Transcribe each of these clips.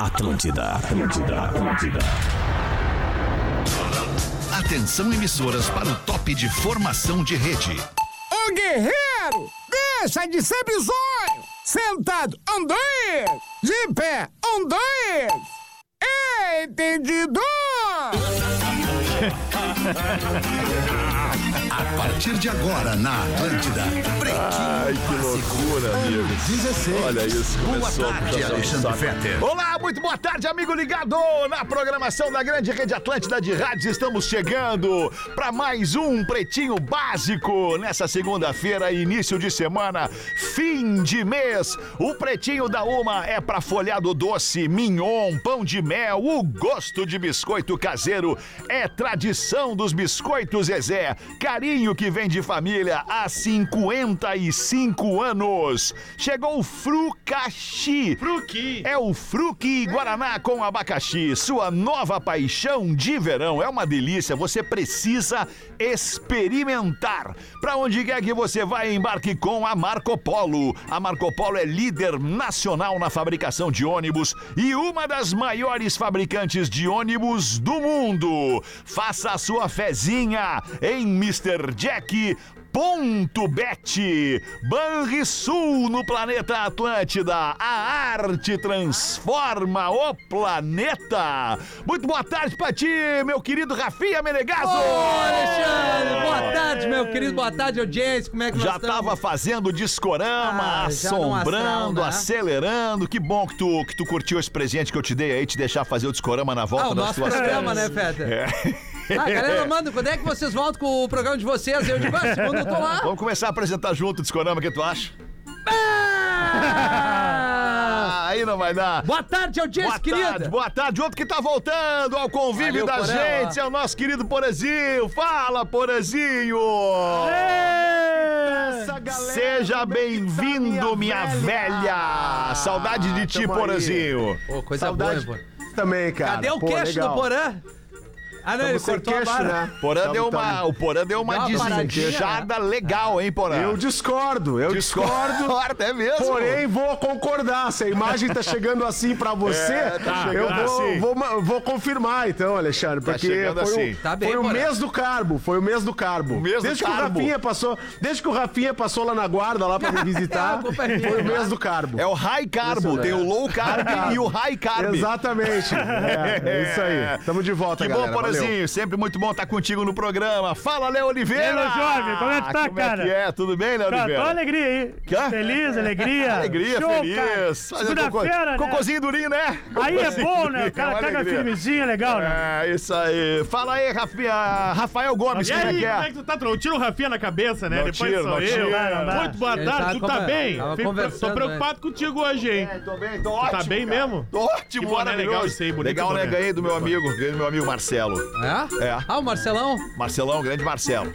Atlântida, Atlântida, Atlântida. Atenção emissoras para o top de formação de rede. Ô guerreiro, deixa de ser bizonho. Sentado, um, dois. De pé, um, dois. Entendido? A partir de agora na Atlântida. Ai, que loucura, amigo. 16. Olha isso, Boa começou a tarde, puxação de Alexandre saco. Fetter. Olá, muito boa tarde, amigo ligado na programação da grande rede Atlântida de rádios. Estamos chegando para mais um Pretinho Básico nessa segunda-feira, início de semana, fim de mês. O Pretinho da Uma é para folhado doce, mignon, pão de mel, o gosto de biscoito caseiro é tradição dos biscoitos Zezé. Carinho que vem de família há 55 anos. Chegou o Frucaxi. É o Fruque Guaraná com abacaxi, sua nova paixão de verão. É uma delícia, você precisa experimentar. Para onde quer que você vá, embarque com a Marco Polo. A Marco Polo é líder nacional na fabricação de ônibus e uma das maiores fabricantes de ônibus do mundo. Faça a sua fezinha em Mr. Jack. Ponto Bet, Banrisul no planeta Atlântida. A arte transforma o planeta. Muito boa tarde pra ti, meu querido Rafinha Menegaso. Alexandre, boa tarde, meu querido, boa tarde, audiência. Como é que Já tá nós estamos? tava fazendo Ah, discorama, já no astral, assombrando, né? acelerando. Que bom que tu, que tu curtiu esse presente que eu te dei aí, te deixar fazer o discorama na volta Ah, o das nosso tuas programa, né, férias. Feta? É. Ah, galera, manda, quando é que vocês voltam com o programa de vocês? Eu digo, ah, segunda eu tô lá. Vamos começar a apresentar junto o discorama, o que tu acha? Ah! Ah, aí não vai dar. Boa tarde, audiência, Boa querida. tarde, boa tarde. Outro que tá voltando ao Valeu, convívio da Porã. gente é o nosso querido Porazinho. Fala, Porazinho! Seja é tá, bem-vindo, minha velha! Saudade Ah, de ti, tamo aí. Porazinho. Ô, coisa Saudade boa, hein, pô. também, cara. Cadê o Pô, queixo legal. do Porã? Ah, não, Tamo ele sem cortou a queixo, barba. né? Porã Tamo- deu uma, tamo- Ah, o Porã deu uma Dá uma paradinha, né? desinchada legal, hein, Porã? Eu discordo, eu discordo. Discordo, é mesmo. Porém, vou concordar. Se a imagem tá chegando assim pra você, É, tá eu chegando vou, assim. vou, ma- vou confirmar então, Alexandre. Porque chegando foi, assim. o, Tá bem, foi o Porã. mês do carbo, foi o mês do carbo. O mês do desde que o carbo. Rafinha passou, desde que o Rafinha passou lá na guarda, lá pra me É, a visitar, culpa é minha. foi o mês do carbo. É o high carbo, tem o low carb e o é. high carb. Exatamente. É, é isso aí. Tamo de volta, Que galera. bom, valeu. Porazinho. Sempre muito bom estar contigo no programa. Fala, Léo Oliveira. Hello, jovem. Como é que tá, Como cara? é que é? Tudo bem, Léo Tá, Oliveira? tá alegria aí. Quê? Feliz, alegria. Alegria, Show, cara. feliz. Fazendo Segunda-feira, né? cocô- Cocôzinho durinho, né? Aí é Cocôzinho bom, durinho, né? O é uma cara caga alegria. firmezinho, é legal, né? É, isso aí. Fala aí, Rafinha. Rafael Gomes, E como é aí, que como é é? que tu tá, Tron? Tira o Rafinha na cabeça, né? Não Depois tiro, não sou eu. tiro. Não, não. Muito boa Ele tarde, tava tu tá conver- bem? tava Fico- conversando, tô preocupado contigo hoje, hein? Tô bem, tô tá bem cara. mesmo? Tô ótimo, Que boné maravilhoso. legal isso aí, bonito Legal, né? boné. Ganhei do meu amigo, ganhei do meu amigo Marcelo. É? É. Ah, o Marcelão? Marcelão, grande Marcelo.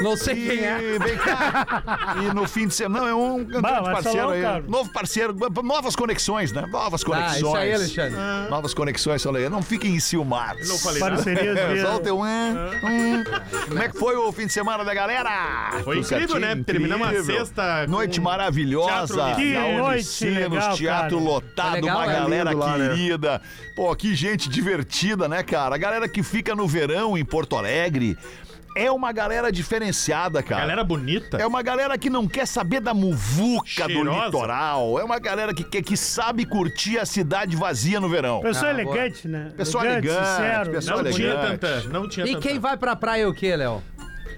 Não sei quem é. E vem cá. E no fim de semana, não, é um grande Marcelão, parceiro aí. cara. Novo parceiro, novas conexões, né? Novas conexões. Ah, isso aí, Alexandre. Novas conexões, Soleil. Não fiquem enciumados. Não falei nada. Parcerias É, de... só o teu hum, hum. Como é que foi o fim de semana da galera? Foi Tudo incrível, certinho? né? Terminamos a sexta com Noite maravilhosa. teatro Que na noite Unicinos, legal, teatro cara. lotado, Foi legal, uma né? galera Lindo lá, né? querida. Pô, que gente divertida, né, cara? A galera que fica no verão em Porto Alegre é uma galera diferenciada, cara. Galera bonita. É uma galera que não quer saber da muvuca do Cheirosa. litoral. É uma galera que, que, que sabe curtir a cidade vazia no verão. Pessoa Ah, elegante, né? Pessoa elegante, sincero. pessoa- Não tinha elegante. tanta. Não tinha E tanta. quem vai pra praia é o quê, Léo?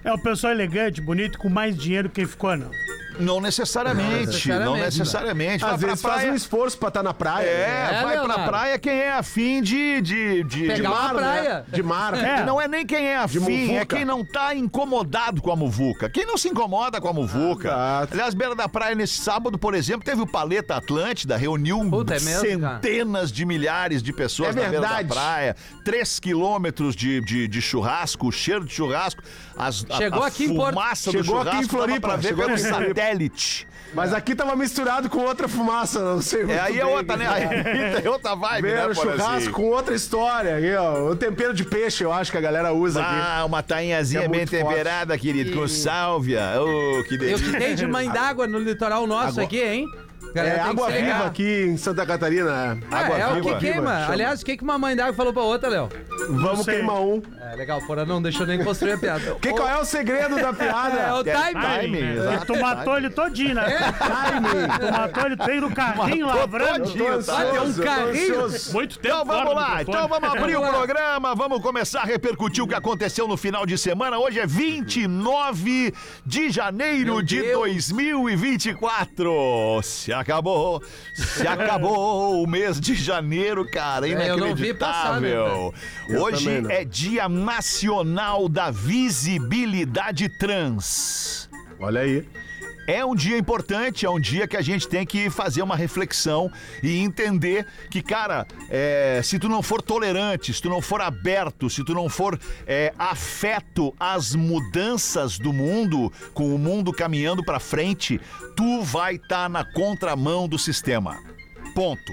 É o pessoal elegante, bonito, com mais dinheiro que quem ficou, não. Não necessariamente, não Não necessariamente, né? necessariamente. Vai Às pra vezes praia- faz um esforço pra estar na praia. né? É, É, vai pra Leonardo. praia quem é afim de. de, de, de- Pegar uma praia. De mar. É. Não é nem quem é afim, é muvuca. quem não tá incomodado com a muvuca. Quem não se incomoda com a muvuca. exato. Aliás, beira da praia, nesse sábado, por exemplo, teve o Paleta Atlântida, reuniu Puta, é mesmo, cara? centenas de milhares de pessoas É na beira da verdade. praia. Três quilômetros de, de, de churrasco, cheiro de churrasco. As, a- Chegou a, aqui em Porto. fumaça do Chegou aqui em churrasco dava Floripa, pra ver chegou pelo aqui em Floripa. satélite. Mas aqui tava misturado com outra fumaça, não sei É, muito aí é bem. outra, né? Aí é outra vibe, Primeiro, né, Porazinho? churrasco com outra história. Aqui, ó, o tempero de peixe, eu acho que a galera usa aqui. Ah, uma tainhazinha Que é bem muito temperada, querido, com sálvia. Oh, que Eu que delícia. tenho de mãe d'água no litoral nosso aqui, hein? Galera, É tem que se água-viva ligar. aqui em Santa Catarina. É, água é o viva. que queima. Chama. Aliás, o que, que uma mãe d'água falou pra outra, Léo? Vamos sei. queimar um. É, legal, fora não deixou nem construir a piada. Que, qual é o segredo da piada? É o time. Timing, né? E tu matou ele todinho, né? É. Tu matou ele, tu no carrinho lavrando. Tô ansioso, Vai ter um tô carrinho. ansioso. Muito tempo Então fora vamos do lá, microfone. então vamos abrir o Vamos lá. programa, vamos começar a repercutir o que aconteceu no final de semana. Hoje é 29 de janeiro Meu de Deus. 2024. Se acabou, se acabou o mês de janeiro, cara, É, eu não vi passar, né, inacreditável. Hoje também não. é Dia Nacional da Visibilidade Trans. Olha aí. É um dia importante, é um dia que a gente tem que fazer uma reflexão e entender que, cara, é, se tu não for tolerante, se tu não for aberto, se tu não for é, afeto às mudanças do mundo, com o mundo caminhando pra frente, tu vai estar na contramão do sistema. Ponto.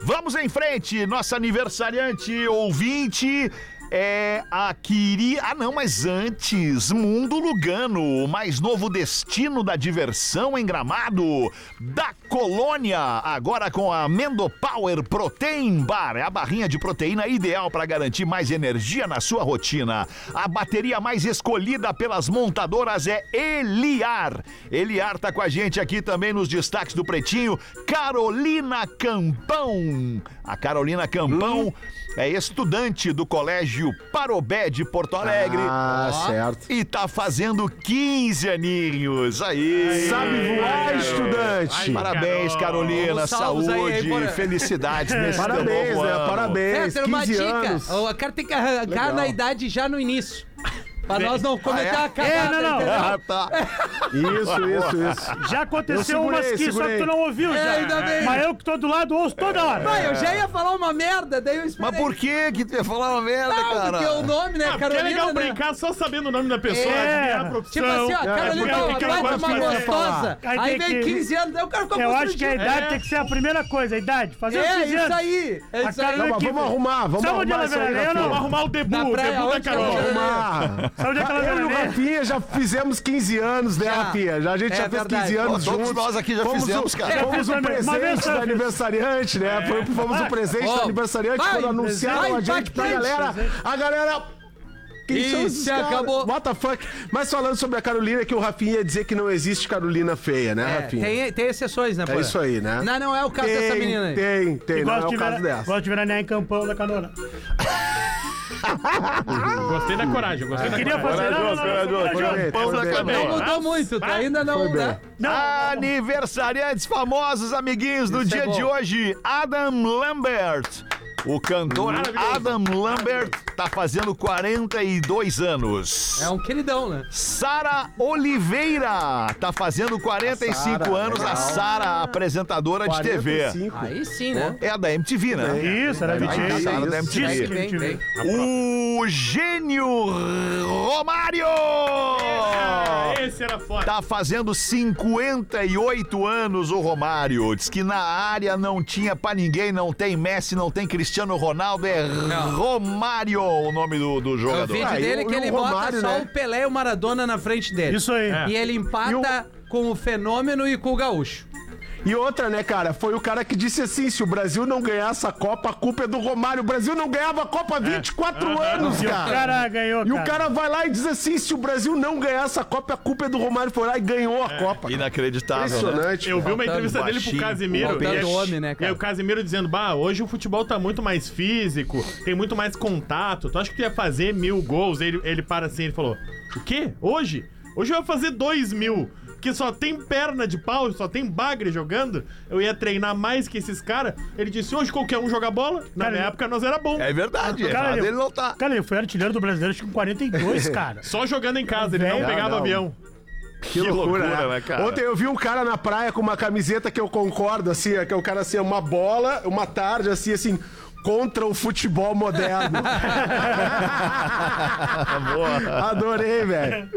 Vamos em frente, nossa aniversariante ouvinte. É a Kiri. Ah, não, mas antes, Mundo Lugano, o mais novo destino da diversão em gramado da colônia. Agora com a Mendo Power Protein Bar, é a barrinha de proteína ideal para garantir mais energia na sua rotina. A bateria mais escolhida pelas montadoras é Eliar. Eliar tá com a gente aqui também nos destaques do Pretinho, Carolina Campão. A Carolina Hum? Campão é estudante do Colégio Parobé de Porto Alegre Ah, certo. e tá fazendo 15 aninhos. Aí. Sabe voar, Ai, estudante. Ai, Parabéns, Carol. Carolina. Vamos salvos Saúde, aí, hein, Porã? felicidades nesse teu Parabéns, novo né? ano. Parabéns. Essa era uma 15 dica. anos. O cara tem que arrancar Legal. na idade já no início. Pra nós não cometer Ah, é? a cagada. É, não, não. entendeu? Ah, tá. Isso, isso, isso. Já Eu aconteceu segurei, umas que só segurei. que tu não ouviu já. ainda bem. Mas eu que tô do lado ouço toda hora. Pai, Ah, eu já ia falar uma merda, daí eu esperei. Mas por que que tu ia falar uma merda, Não, cara? porque o nome, né, Ah, porque é Carolina, legal né? brincar só sabendo o nome da pessoa, É. adivinhar a profissão. Tipo assim, ó, Carolina é porque uma eu baita, gosto uma de fazer. gostosa. Aí Aí tem vem que- 15 anos, daí o cara ficou Eu acho que a constrangido. idade É. tem que ser a primeira coisa, a idade. Fazer os É, 15 isso anos. aí. É A isso aí. Carolina Não, mas que- vamos arrumar, vamos Sabe onde arrumar ela isso aí, veraneia ou não? Vamos arrumar o debut, Na o praia, debut da onde que ela Carol. vai? Arrumar. Sabe onde é que ela Eu e o veraneia? Rafinha já fizemos 15 anos, né, né? Já. Rafinha? Já, a gente É já fez verdade. 15 anos Pô, todos juntos. nós aqui já Fomos fizemos, o, cara. Já fiz Fomos o também. Uma vez presente só do eu fiz. aniversariante, né? Foi- Fomos o presente É. Ó, do aniversariante vai, quando anunciaram vai, a gente pra impactante. galera. A galera... Quem são Ih, esses se caras? acabou. What the fuck? Mas falando sobre a Carolina, que o Rafinha ia dizer que não existe Carolina feia, né, É, Rafinha? tem, tem exceções, né, É isso aí, né? Não, não é o caso tem, dessa menina aí. Tem, tem. Não é Gosto o de vera- caso dessa. Gosto de veranear em Campão da Canona. Gostei da coragem, gostei da Queria coragem. fazer... Não, não, não, Corajoso, não, corajoso. não, um Pão Foi da bem, foi Não bem. cabeça. mudou muito, tá? ainda não, Foi né? não. Aniversariantes famosos, amiguinhos do Isso dia é bom. de hoje, Adam Lambert. O cantor Maravilhoso. Adam Lambert tá fazendo 42 anos. É um queridão, né? Sara Oliveira tá fazendo 45 Sara, anos. A legal. Sara, apresentadora de TV. 45. Aí sim, né? É a da MTV, né? Isso, era Vai, vai, DJ. vai, Diz vai, que vai, MTV. vai, O gênio Romário! É. Ah, esse era foda. Tá fazendo 58 anos o Romário. Diz que na área não tinha pra ninguém, não tem Messi, não tem Cristiano Ronaldo, é Romário o nome do, do É o jogador. vídeo Ah, e dele o- que e o ele bota Romário, só né? o Pelé e o Maradona na frente dele. Isso aí. E ele empata com o Fenômeno e com o Gaúcho. E outra, né, cara? Foi o cara que disse assim: se o Brasil não ganhar essa Copa, a culpa é do Romário. O Brasil não ganhava a Copa há 24 anos, E o cara. cara ganhou, E o cara vai lá e diz assim: se o Brasil não ganhar essa Copa, a culpa é do Romário. Foi lá e ganhou a Copa. cara. Inacreditável, né? Impressionante. Eu vi uma Faltando entrevista dele pro baixinho, Casimiro. faltando E aí- homem, né, cara? E aí o Casimiro dizendo: Bah, hoje o futebol tá muito mais físico, tem muito mais contato. Tu acha que tu ia fazer mil gols? Ele, ele para assim, ele falou: O quê? Hoje? Hoje eu ia fazer dois mil. Que só tem perna de pau, só tem bagre jogando. Eu ia treinar mais que esses caras. Ele disse: hoje qualquer um joga bola. Na Cara, minha ele- época nós era bom. É verdade, é Cara, errado ele- ele não tá. Cara, ele foi artilheiro do brasileiro, acho que com É, 42, cara. Só jogando em casa, ele não Velho, pegava não. avião. Que, loucura, né? Ontem eu vi um cara na praia com uma camiseta que eu concordo, assim, é que é o cara assim, é uma bola, uma tarde, assim, assim, contra o futebol moderno. Adorei, velho.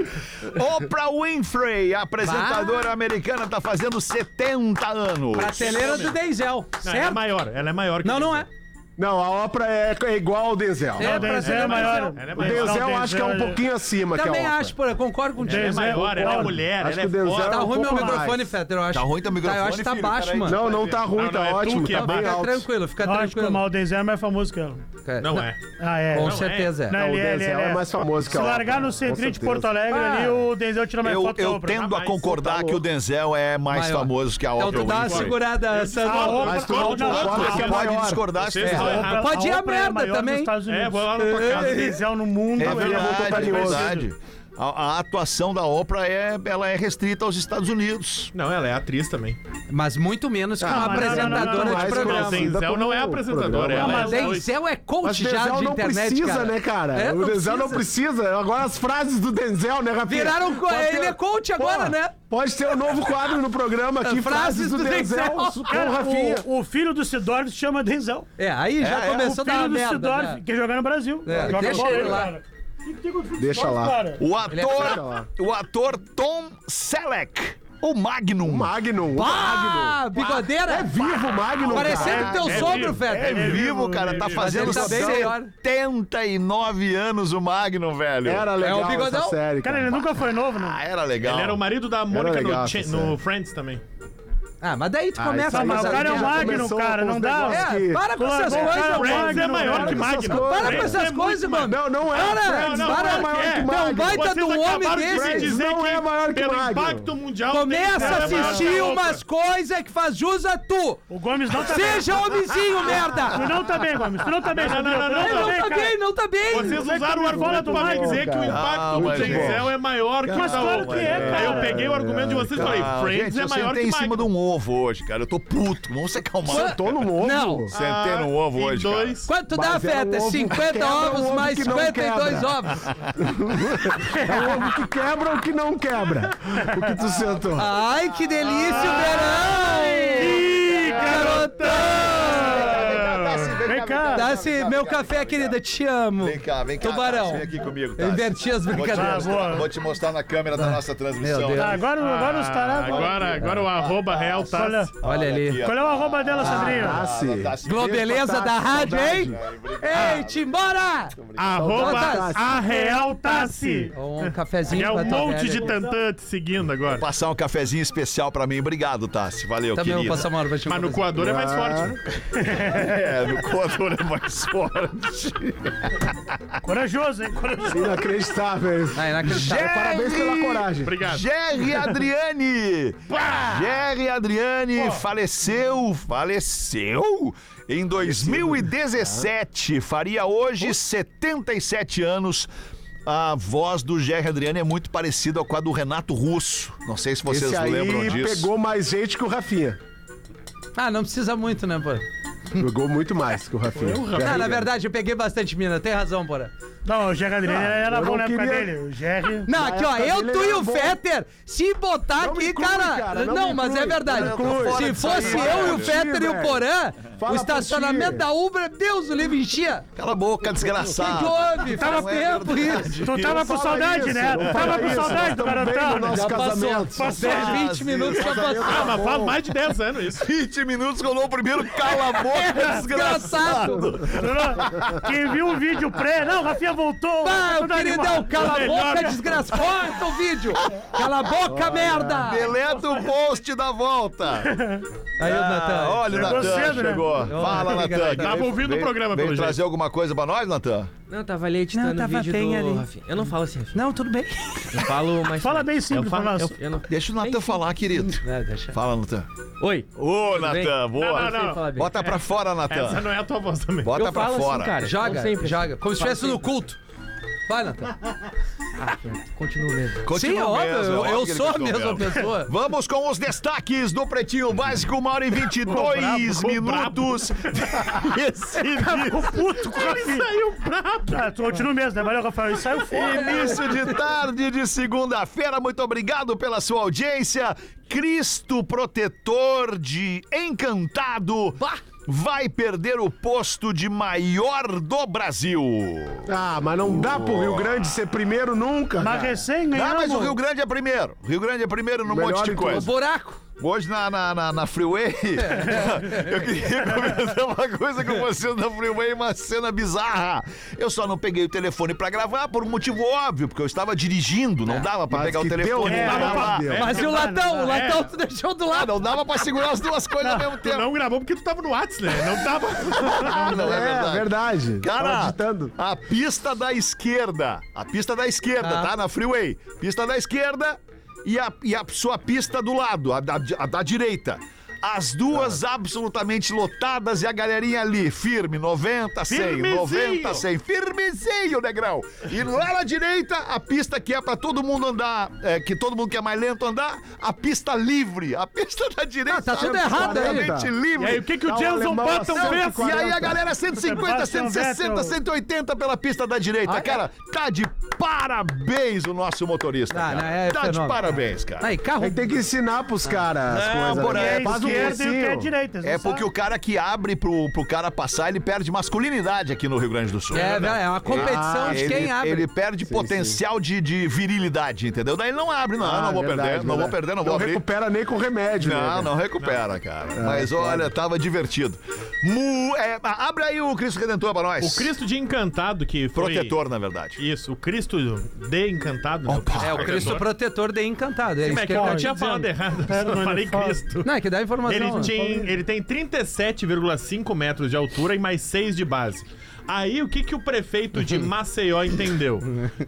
Oprah Winfrey, a apresentadora americana, tá fazendo 70 anos. Prateleira do Denzel, Não, ela é certo? maior, ela é maior que Não, o não Denzel. é. Não, a Oprah é, é igual ao Denzel. É, O pra ser Denzel é maior. Ela é O maior. Denzel, Não, eu acho que é um Denzel, pouquinho acima que a Também Oprah. acho, pô, eu concordo contigo. Ela é maior, ela é Denzel- mulher, Acho ela que o é Denzel- foda. Tá um ruim meu pouco microfone, mais. Fetter, eu acho. Tá ruim teu Tá, eu microfone, acho que tá filho, baixo, peraí. mano. Não, não tá ruim, Não, não, tá é tu ótimo, que tá é bem fica alto. tranquilo, fica Eu acho que o tá tranquilo. Maldenzer é mais famoso que ela. É, Não é. Ah, é. Com Não, certeza. Não, o ele é, ele Denzel é é. mais famoso que Se a Oprah. largar no com centro de certeza. Porto Alegre Ah. ali, o Denzel tira mais Eu, foto que a eu Oprah. tendo a Jamais, concordar que o Denzel é mais Maior. famoso que a Então Oprah tu dá uma Winfrey. segurada, A Sandro. Oprah- Mas tu Não, não não, concorda não, que é não, Pode maior. discordar, Vocês é. vão A Oprah- errar. Pode ir a à Oprah merda maior também. Nos Estados Unidos. É, vou lá na tua O casa. Denzel no mundo. É Não, ele voltou verdade, é carinhoso. verdade. A, a atuação da Oprah é, ela é restrita aos Estados Unidos. Não, ela é atriz também. Mas muito menos que uma Ah, mas não, não, não, apresentadora não, mas de com programa. certeza. Denzel não é Programa. apresentadora, Não, Não, mas ela é. os dois. Denzel é Mas coach o já Denzel de não internet, precisa, cara. né, cara? É, o Denzel não precisa. Agora as frases do Denzel, né, Rafinha? Viraram co- Pode ele é coach agora, né? Pode ter um novo quadro no programa aqui, frases, do, Denzel, com Cara, o Rafinha. o, o filho do Sidorf se chama Denzel. É, aí já começou o a dar filho uma do merda, Sidorf, né? que joga no Brasil. É, joga deixa bola, ele lá. cara. Que que o filho do Deixa Sidorf, lá. cara? O Ele é ator, o ator Tom Selleck, o Magnum. Magnum. o Magnum. Ah, bigodeira! É vivo o Magnum, Parecendo cara. teu é sogro, vivo, É Fetter. vivo, cara, tá fazendo Mas ele tá bem melhor. 79 anos o Magnum, velho. Era legal É o bigodão. essa série, Cara, ele cara. nunca foi novo, né? Ah, era legal. Ele era É o marido da Mônica legal no, essa Ch- série. no Friends também. Ah, mas daí tu começa isso a aí mas o fazer- cara é um já Magnum, começou cara, com não os dá. negócios É, que- para com essas Largou o coisas, cara, o mano. Friends é Para com maior que essas Magnum. coisas. Para com Friends é essas muito coisas, maior. mano. Não, não é. Para, Friends não não para. é maior que Não, Magnum. baita Vocês de um acabaram homem de desse. dizer Não é maior que pelo Magno. impacto mundial... Começa a Denzel é maior que assistir a outra. umas coisas que faz jus a tu. O Gomes não tá Seja bem. homenzinho, Tu merda! não tá bem, Gomes. Tu não tá bem, Não, não, Sandro. não, Tu não, Ele não tá cara. bem, não tá bem! Vocês Como é que tu me usaram o fala argumento do pra Magnum, dizer que o cara? impacto do Ah, mas Denzel bom. é maior que o Mas da claro que outra. é, Aí eu cara. peguei o argumento de vocês e falei, Ah, Friends gente, é eu maior sentei que em cima de Magno. um ovo hoje, cara. Eu tô puto. Vamos se acalmar. Tô no ovo. Não. Sentei no ovo E hoje, cara. dois. Quanto dá, Mas é um Feta? ovo 50 quebra, ovos um ovo mais que não 52 quebra. ovos. É o ovo que quebra ou que não quebra. O que tu sentou. Ai, que delícia o verão! Ih, garotão! Vem cá. Dá esse meu café, querida, te amo. Vem cá, vem cá. Tubarão. Tassi, Vem aqui comigo, Eu Tassi. inverti as Vou te brincadeiras. mostrar- boa. Vou te mostrar na câmera da nossa transmissão. Deus. Tá, agora, agora os tarados. Agora, agora o arroba real Ah, Olha, tá... Olha ali. Qual é o arroba dela, Ah, Sabrina? sim. tá Globeleza da rádio, hein? Ei, Timbora! Arroba Tassi. a real Tassi. Um E cafezinho é pra um tua monte velha de ali. tantã te seguindo agora. Passar um cafezinho especial pra mim. Obrigado, Tassi. Valeu, Também vou querida. passar uma hora pra te Mas no coador é mais forte. né? É, no corredor é mais forte. Corajoso, hein? Corajoso. Inacreditável. Ah, inacreditável. Parabéns pela coragem. Obrigado. Jerry Adriani! Jerry Adriani faleceu, faleceu em 2017. Faria hoje 77 anos. A voz do Jerry Adriani é muito parecida com a do Renato Russo. Não sei se vocês Esse aí lembram disso. pegou mais gente que o Rafinha. Ah, não precisa muito, né, pô? Pegou muito mais que o Rafinha. Ah, na verdade, eu peguei bastante mina, tem razão, porra. Não, o Jerry Adriano era eu bom não na época queria- dele. O Jerry. Não, Na aqui, ó, época eu, dele tu e era o bom. Fetter, se botar Não me aqui, inclui, cara. cara, não, não me mas é inclui, verdade. não me inclui. Se Para de fosse sair, eu e velho. o Fetter e o Velho. Porã, Fala por o estacionamento ti. da Ubra, Deus, o livro enchia. Cala a boca, Que Tá, que desgraçado. houve? Faz tempo isso. Tu tava com saudade, né? Tu tava com saudade do no garotão. né? nosso Já casamento. passou. Passou Ah, 20 minutos já Ah, Tá, passou. mas faz mais de 10 anos isso. 20 minutos rolou o primeiro cala a boca, desgraçado. Engraçado. Quem viu o vídeo pré. Não, Rafinha voltou. Pá, Tá o tudo queridão, animado. um cala a Melhor, boca, né? desgraça. Corta o vídeo. Cala a boca, merda. Deleta o post da volta. Aí o Natan. Ah, olha, o Chegou Natan cedo, né? chegou. Ô, Fala, amiga, Natan. Natan. Tava Veio- ouvindo o veio- programa, Veio pelo trazer alguma coisa pra nós, Natan? Não, tava ali editando Não, tava o vídeo bem do ali. Rafinha. Eu não falo assim, Rafinha. Não, tudo bem. Eu falo mais... Fala bem simples eu falo, pra nós. eu- eu não- Deixa o Natan falar, querido. Não, deixa. Fala, Natan. Oi. Ô, bem? Natan, boa. Não, não, Sei falar bem. Bota pra fora, Essa Natan. não é a tua voz também. Bota Eu pra falo assim, fora. cara. Joga, Como sempre. joga. Como se Falo estivesse no sempre. culto. Vai, Natan. Continua mesmo. Sim, Continua óbvio. mesmo, Eu, óbvio eu que ele sou a continua mesma mesmo. pessoa. Vamos com os destaques do Pretinho Básico, uma hora e 22 Ficou brabo, minutos. Esse Ficou puto com o Rafinha. saiu brabo. Ah, tu continua mesmo, né? Valeu, Rafael. Ele saiu fora. Início de tarde de segunda-feira, muito obrigado pela sua audiência. Cristo protetor de encantado vai perder o posto de maior do Brasil. Ah, mas não dá pro Rio Grande ser primeiro nunca. Mas cara. recém Ah, ganhamos. mas o Rio Grande é primeiro. Rio Grande é primeiro num Melhor monte de em O coisa. buraco. Hoje na, na, na, na Freeway, eu queria comentar uma coisa com vocês na Freeway, uma cena bizarra. Eu só não peguei o telefone pra gravar por um motivo óbvio, porque eu estava dirigindo, não dava pra É. Mas pegar o que deu, telefone né? pra Mas gravar. deu. Mas e o não dá, não latão? dá. O latão tu deixou do Ah, lado. não dava pra segurar as duas coisas ao mesmo Tu tempo. não gravou porque tu tava no WhatsApp, né? Não tava. Ah, não, é É, verdade. verdade. Tava Cara, ditando. a pista da esquerda. A pista da esquerda, tá? Na freeway. Pista da esquerda e a, e a sua pista do lado, a da, a da direita. As duas absolutamente lotadas e a galerinha ali, firme, 90, 100, Firmezinho. 90, 100, firmezinho, negrão. E lá na direita, a pista que é pra todo mundo andar, é, que todo mundo que é mais lento andar, a pista livre, a pista da direita. tá tudo errado aí. absolutamente livre. E aí, o que, que Tá o o Jenson alemão Button assim, fez? E aí a galera Sebastian 150, 160, Vettel. 180 pela pista da direita. Ah, cara, tá de parabéns o nosso motorista. Ah, cara. não, é tá de fenômeno. parabéns, cara. Aí, carro. É que tem que ensinar pros caras as Não, coisas. porém, né? É Faz um esquerda e o pé cursinho. direito. eles É não porque o sabem. cara que abre pro, pro cara passar, ele perde masculinidade aqui no Rio Grande do Sul. É, é uma competição Ah, de ele, quem abre. ele perde potencial De, de virilidade, entendeu? Daí ele não abre, não, Ah, não vou verdade, perder, não verdade. vou perder, não vou abrir. recupera nem com remédio, né? Não, velho? não recupera, cara. Mas olha, tava divertido. Mu, é, abre aí o Cristo Redentor pra nós. O Cristo de Encantado, que foi. Protetor, na verdade. Isso, o Cristo de Encantado. né? Opa. É, o Cristo protetor de encantado. É Como isso que é que ele tá eu te tinha falado dizendo. errado? Eu falei Cristo. Não, é que dá informação. Ele, né? tem, ele tem 37,5 metros de altura e mais 6 de base. Aí o que, que o prefeito de Maceió entendeu?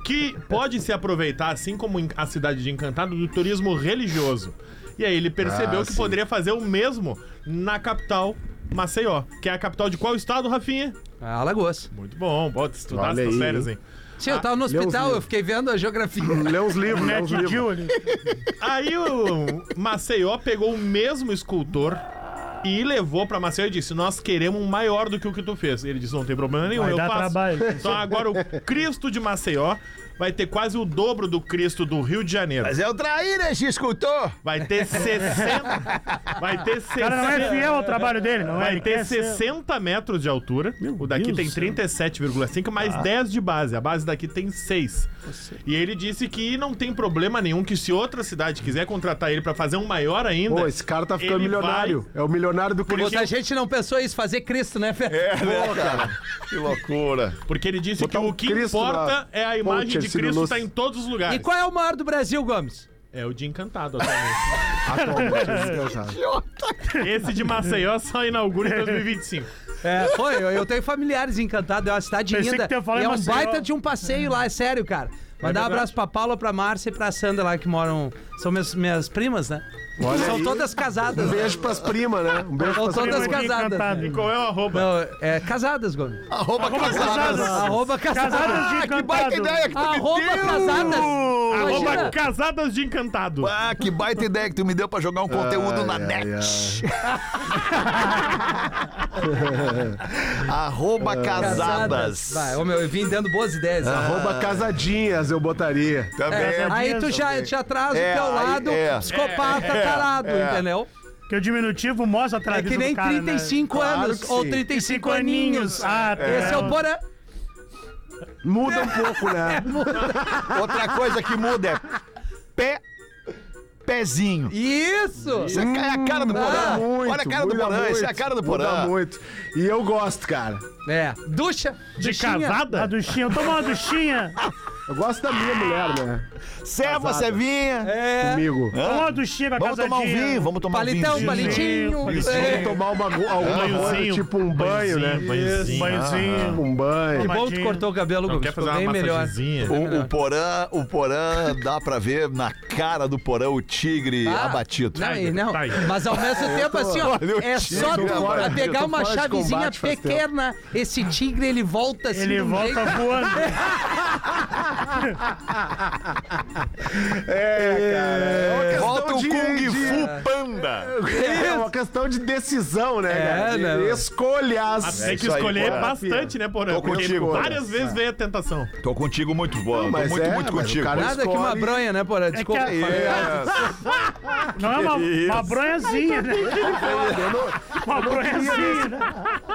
Que pode se aproveitar, assim como em- a cidade de Encantado, do turismo religioso. E aí ele percebeu que poderia fazer o mesmo na capital Maceió, que é a capital de qual estado, Rafinha? Ah, Alagoas. Muito bom, pode estudar Olha essas aí. férias, hein? Sim, eu Ah, tava no Lê os hospital, eu livros. fiquei vendo a geografia. Lê os livros, lê os Matt livros. Dillon. Aí o Maceió pegou o mesmo escultor e levou pra Maceió e disse: Nós queremos um maior do que o que tu fez. Ele disse: Não tem problema nenhum, Vai eu dar faço. trabalho. Então agora o Cristo de Maceió vai ter quase o dobro do Cristo do Rio de Janeiro. Mas é o traíra esse escultor. Vai ter 60. Vai ter O cara não é 60. fiel ao trabalho dele, não é? Vai Ele ter quer ser- 60 metros de altura. o daqui Deus do tem céu. 37,5, mais Tá. 10 de base. A base daqui tem 6. E ele disse que não tem problema nenhum que se outra cidade quiser contratar ele pra fazer um maior ainda. Pô, esse cara tá ficando ele milionário. É o milionário do Cristo. Puta, a gente não pensou isso, fazer Cristo, né, Fer? É, né, cara? Que loucura. Porque ele disse Botar que um o que Cristo importa lá. é a imagem de Ponte, Ercílio Cristo Luz. tá em todos os lugares. E qual é o maior do Brasil, Gomes? É o de encantado atualmente. Ah, Atualmente, Esse de Maceió só inaugura em 2025. É, foi, eu, eu tenho familiares encantados, é uma cidade Pensei linda. que tu ia falar e em é um Maceió. baita de um passeio lá, é sério, cara. Mandar um abraço pra Paula, pra Márcia e pra Sandra lá que moram. São minhas, minhas primas, né? São aí. todas casadas. um né? beijo pras primas, né? Um beijo São pras primas. todas primas casadas. encantadas. né? E qual é o arroba? Não, é casadas, Gomes. Arroba casadas. Ah, Arroba casadas. Casadas de Que encantado. baita ideia que tu me Arroba deu. casadas. Arroba Imagina. casadas de encantado. Ah, que baita ideia que tu me deu pra jogar um conteúdo na ai, net. Arroba casadas. Vai, ô meu, eu vim dando boas ideias. né? Arroba casadinhas eu botaria. Também É, aí tu já te atrasa É, o teu aí- lado, é. psicopata tarado, entendeu? Que o diminutivo mostra a É tradição que nem do cara, né? 35 Claro anos, que ou sim. 35 Cinco aninhos. aninhos. Ah, tá. Esse é o Porã. Muda um pouco, né? Outra coisa que muda é pé, pezinho. Isso! Isso é a cara do Ah, Porã. Muito, Olha a cara do Hum, muda Porã, muito, isso é a cara do Muda Porã. muito. E eu gosto, cara. É, ducha. De duchinha. A tá. casada? duchinha. Toma uma duchinha. Eu gosto da minha mulher, né? Serva, Casada. Cevinha. É, Comigo. Toma uma duchinha pra Vamos tomar um casadinha. vinho, vamos tomar um palitão, vinho. palitinho. Palitinho. É. Tomar uma, go- alguma coisa, Banhozinho. tipo um banho, né? Banhozinho. Banhozinho. Um banho. Que bom que tu Tomadinho. cortou o cabelo, Não Gomes. quer Ficou fazer bem uma melhor. massagenzinha? O, o Porã, o Porã, dá pra ver na cara do Porã o tigre Ah, abatido. Não, e não. Tá aí. Mas ao mesmo tempo, assim, ó, Olha o é tigre, só eu tu tô fora, eu pegar tô uma fora de chavezinha combate faz pequena. Esse tigre, ele volta assim. Ele de um volta jeito- voando. É, Volta o de- Kung de- Fu Panda. É uma questão de decisão, né, É, cara? De né? Escolhas. Ah, Tem que É isso aí, escolher é, Porã. bastante, né, Porã? Tô Porque contigo, Ah. várias vezes veio a tentação. Tô contigo muito, boa. Tô mas muito, é, muito mas o contigo. cara- Nada que uma Escolhe. bronha, né, Porã? Desculpa. É que a- falei. É, Não é uma, uma bronhazinha, né? Uma bronhazinha, né?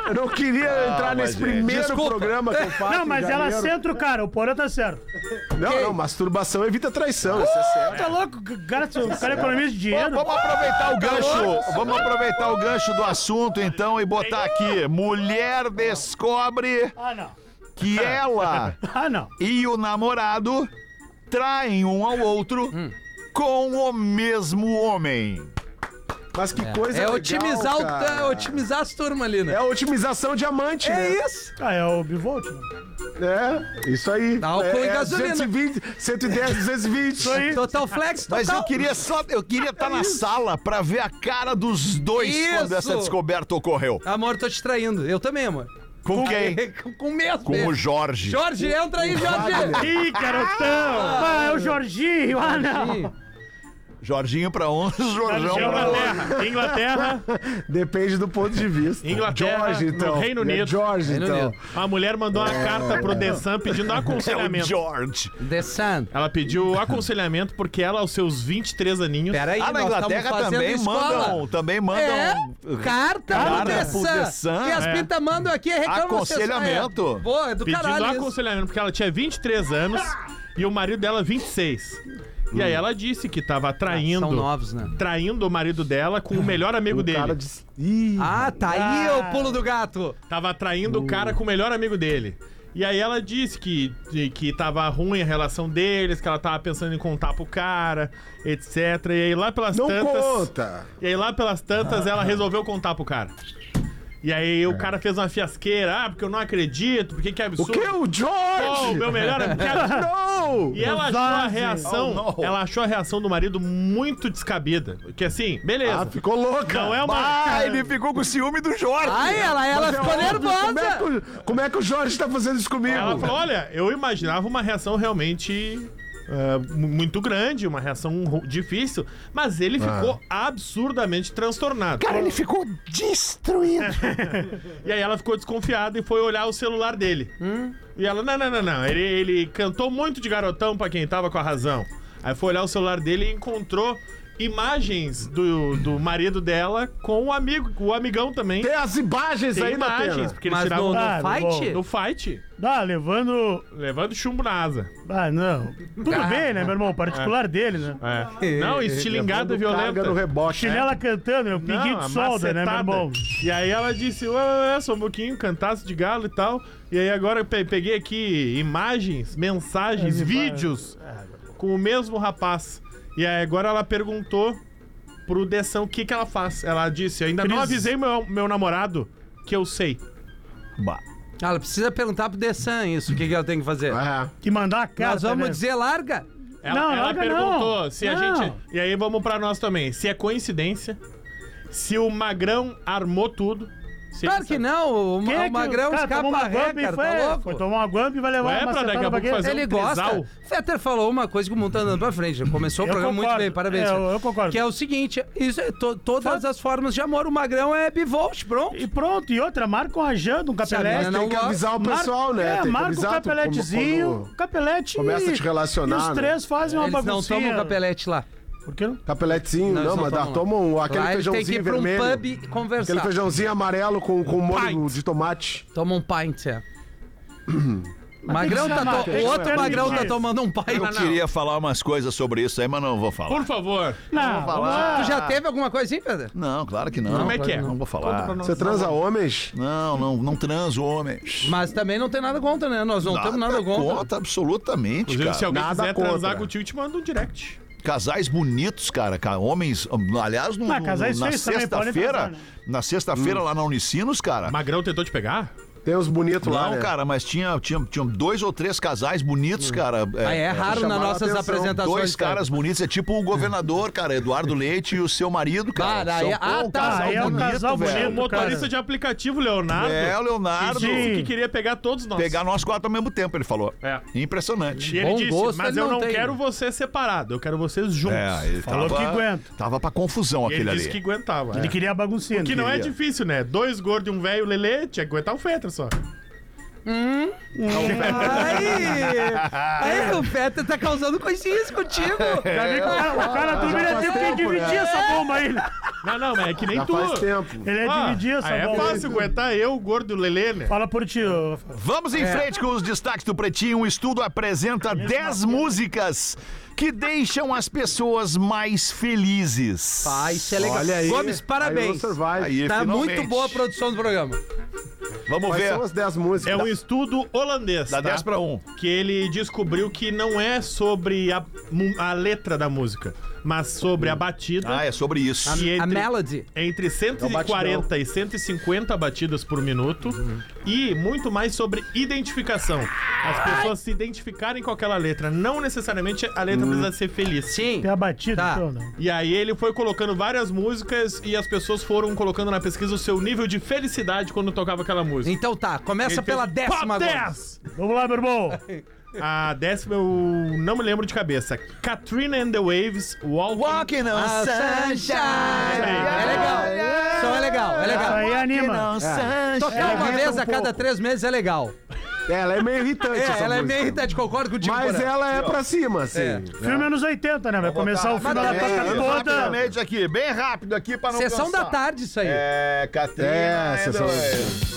Eu não queria entrar Ah, mas, é. nesse gente, primeiro programa que eu faço. Não, mas em ela janeiro. centra o cara. O Porã tá certo. Não, não, masturbação evita traição, isso é certo. Tá louco? O cara, o cara economiza dinheiro. Vamos aproveitar o o gancho, vamos aproveitar o gancho do assunto então e botar aqui: mulher descobre Ah, não. que ela Ah, não. e o namorado traem um ao outro com o mesmo homem. Mas que coisa É legal, otimizar, o- cara. é otimizar as turmas ali, né? É a otimização diamante, né? isso. Ah, é o bivolt. É, isso aí. Álcool é, e é gasolina. 220, 110, 220. Isso aí. Total flex, total. Mas eu queria só, eu queria estar na sala pra ver a cara dos dois quando Isso. essa descoberta ocorreu. Amor, tô te traindo. Eu também, amor. Com quem? Com- Com o mesmo. né? Com o Jorge. Jorge, entra aí, Jorge. Ih, garotão! Ah, é o Jorginho! Ah, não! Jorginho pra um, Jorjão é pra outro. Inglaterra, Inglaterra, Depende do ponto de vista. Inglaterra, George, no então. Reino É Unido. George, Reino então. Unido. a mulher mandou uma carta pro The Sun pedindo É o aconselhamento. George. The Sun. Ela pediu aconselhamento porque ela, aos seus 23 aninhos, Pera aí, Ah, na nós estamos Inglaterra fazendo também escola. mandam, também um- É, mandam carta, Carta pro The pro Sun. The Sun, E as é. pintas mandam aqui e reclamam. Aconselhamento. vocês- é. Boa, é do pedindo caralho isso. aconselhamento porque ela tinha 23 anos e o marido dela 26. E Hum. aí ela disse que tava traindo, São novos, né? traindo o marido dela com o melhor amigo dele. Cara de... Ih, Ah, tá aí o pulo do gato. Tava traindo o Hum. cara com o melhor amigo dele. E aí ela disse que, de- que tava ruim a relação deles, que ela tava pensando em contar pro cara, etc. E aí lá pelas não tantas. conta. E aí lá pelas tantas ela resolveu contar pro cara. E aí o cara fez uma fiasqueira, ah, porque eu não acredito, porque que É. O absurdo. que? O Pô, George? meu melhor amigo. que absurdo. Não! E ela achou a Jorge. reação. Oh, no. ela achou a reação do marido muito descabida. Que assim, beleza. Ah, ficou louca. não é uma. Ah, ele ficou com ciúme do Jorge. Ai, ela, ela Mas é ficou óbvio, Como é, que, nervosa. o- como é que o Jorge tá fazendo isso comigo? Ela falou: olha, eu imaginava uma reação realmente. eh, mu- muito grande, uma reação ru- difícil, mas ele ficou absurdamente transtornado. Ah. Cara, ele ficou destruído. E aí ela ficou desconfiada e foi olhar o celular dele. Hum? E ela, não, não, não, não. Ele, ele cantou muito de garotão pra quem tava com a razão. Aí foi olhar o celular dele e encontrou imagens do, do marido dela com o amigo, o amigão também. Tem as imagens Tem aí imagens, imagens. porque eles Mas tiravam no, no Ah, fight? no fight, Ah, levando. levando chumbo na asa. Ah, não. Tudo bem, né, meu irmão? Particular dele, né? É. Não, estilingada e violenta. Carga no rebote. Chinela cantando, meu. Não, Pinguinho a de solda, né, meu macetada. irmão? E aí ela disse, ué, ué, sou um pouquinho, cantaço de galo e tal. E aí agora eu pe- peguei aqui imagens, mensagens, vídeos com o mesmo rapaz. E aí agora ela perguntou pro Dessão o que que ela faz. Ela disse, ainda não avisei meu, meu namorado que eu sei. Ah, Ela precisa perguntar pro The Sun isso, o que, que ela tem que fazer. Ah, Que mandar a carta. Nós vamos né? dizer, larga. Ela, Não, ela larga perguntou não. se a Não. gente... E aí vamos pra nós também. Se é coincidência, se o Magrão armou tudo. se ele Claro que sabe- não, o, Quem Ma- é o que- Magrão cara, tomou escapa uma a ré, guampa e cara, foi, tá louco? foi tomar uma guampa e vai levar Ué, uma pra daqui macetada a pouco pra fazer quê? um- Ele trisal. gosta. Fetter falou uma coisa que o mundo tá andando pra frente. né? Começou o Eu programa muito concordo. bem, parabéns. É, eu- Fetter. eu concordo. Que é o seguinte, isso é to- todas as formas de amor. O magrão é bivolt, pronto. E pronto, e outra, marca um ajando, um a capelete. menina tem não que avisar o pessoal, né? É, tem que marca um avisar, tu- capeletezinho, como- quando capelete. Começa a te e- relacionar, E os né? três fazem uma Eles não baguncinha. tomam capelete lá. Por que não? Capeletezinho, Não, não, eles não mas dá, tomam, toma um, aquele Lá ele tem que feijãozinho ir pra um vermelho. pub e Aquele conversar. feijãozinho amarelo com, com molho de tomate. Toma um pint, é. Magrão tá chamar, to- tem que O outro chamar. magrão tá Isso. tomando um pint. Eu queria falar umas coisas sobre isso aí, mas não vou falar. Por favor. Não, vamos Tu já teve alguma coisa assim, Pedro? Não, claro que não. Como é que é? Não vou Conta pra falar. nós. Você transa homens? Não, não, não transo homens. Mas também não tem nada contra, né? Nós não temos nada contra. Tá Conta, absolutamente, Inclusive, se cara. alguém nada quiser contra. transar contigo, te manda um direct. Casais bonitos, cara. ca- Homens, hum, aliás, no, Ah, no- casais na feios também podem sexta-feira, transar, né? na Hum. sexta-feira lá na Unicinos, cara. Magrão tentou te pegar? Tem uns bonitos lá, Não, é. né? cara, mas tinha, tinha, tinha dois ou três casais Hum. bonitos, cara. Ah, é raro nas chamaram a nossas atenção. apresentações. Dois cara. caras bonitos, é tipo o governador, cara, Eduardo Leite e o seu marido, cara. Cara, São, aí- ah, pô, um tá, casal aí é um bonito, casal velho. Tinha um bonito. motorista cara. de aplicativo, Leonardo. É, o Leonardo. que disse Sim. que queria pegar todos nós. Pegar nós quatro ao mesmo tempo, ele falou. É. E Impressionante. ele Bom disse, gosto mas ele eu não não tem, quero né?" vocês separados, eu quero vocês juntos. É, ele Falou tava, que aguenta. Tava pra confusão E aquele ele ali. disse que aguentava. Ele é. queria a baguncinha. Que né? não é difícil, né? Dois gordos e um velho lelê, tinha que aguentar o Fetter só. Aí, aí o Peter tá causando coisinhas contigo. Já vi que o cara- o Ah, cara dormia faz tempo um que tempo, dividir né? essa bomba aí. né? Não, não, mas é que nem Já tu. faz tempo. Ele é Ah, dividir essa aí é bomba. fácil aguentar eu, o gordo e o lelê, né? Fala por ti, ô, Rafa. Vamos em frente com os destaques do Pretinho. Um estudo apresenta 10 músicas que deixam as pessoas mais felizes. Ah, isso é legal. Olha aí. Gomes, parabéns. Aí o Survive. Aí, Tá finalmente. muito boa a produção do programa. Vamos Quais ver. são as 10 músicas? É um estudo holandês. Dá tá? 10 pra 1. Que ele descobriu que não é sobre a, mu- a letra da música, mas sobre a batida. Ah, é sobre isso. que A entre- Melody. Entre 140 e 150 batidas por minuto e muito mais sobre identificação. As pessoas se identificarem com aquela letra, não necessariamente a Hum. letra precisa ser feliz. Sim. Tem a batida, Tá. então, não. E aí ele foi colocando várias músicas e as pessoas foram colocando na pesquisa o seu nível de felicidade quando tocava aquela música. Então tá, começa Ele pela fez décima top agora. 10! Vamos lá, meu irmão. A décima eu não me lembro de cabeça. Katrina and the Waves, Walking. Walking on Ah, Sunshine. É legal. Só é legal, é Isso legal. aí é anima. Tocar uma vez a cada três meses é legal. Ela é meio irritante. É, essa ela é música. meio irritante, concordo contigo. Mas Porã. ela é pra cima, assim. É. É. Filme anos 80, né? Vai começar o filme, ela toca Rapidamente, toda. rapidamente aqui, bem rápido aqui pra não Sessão cansar. da tarde isso aí. É, Catrina. É, sessão da é. tarde.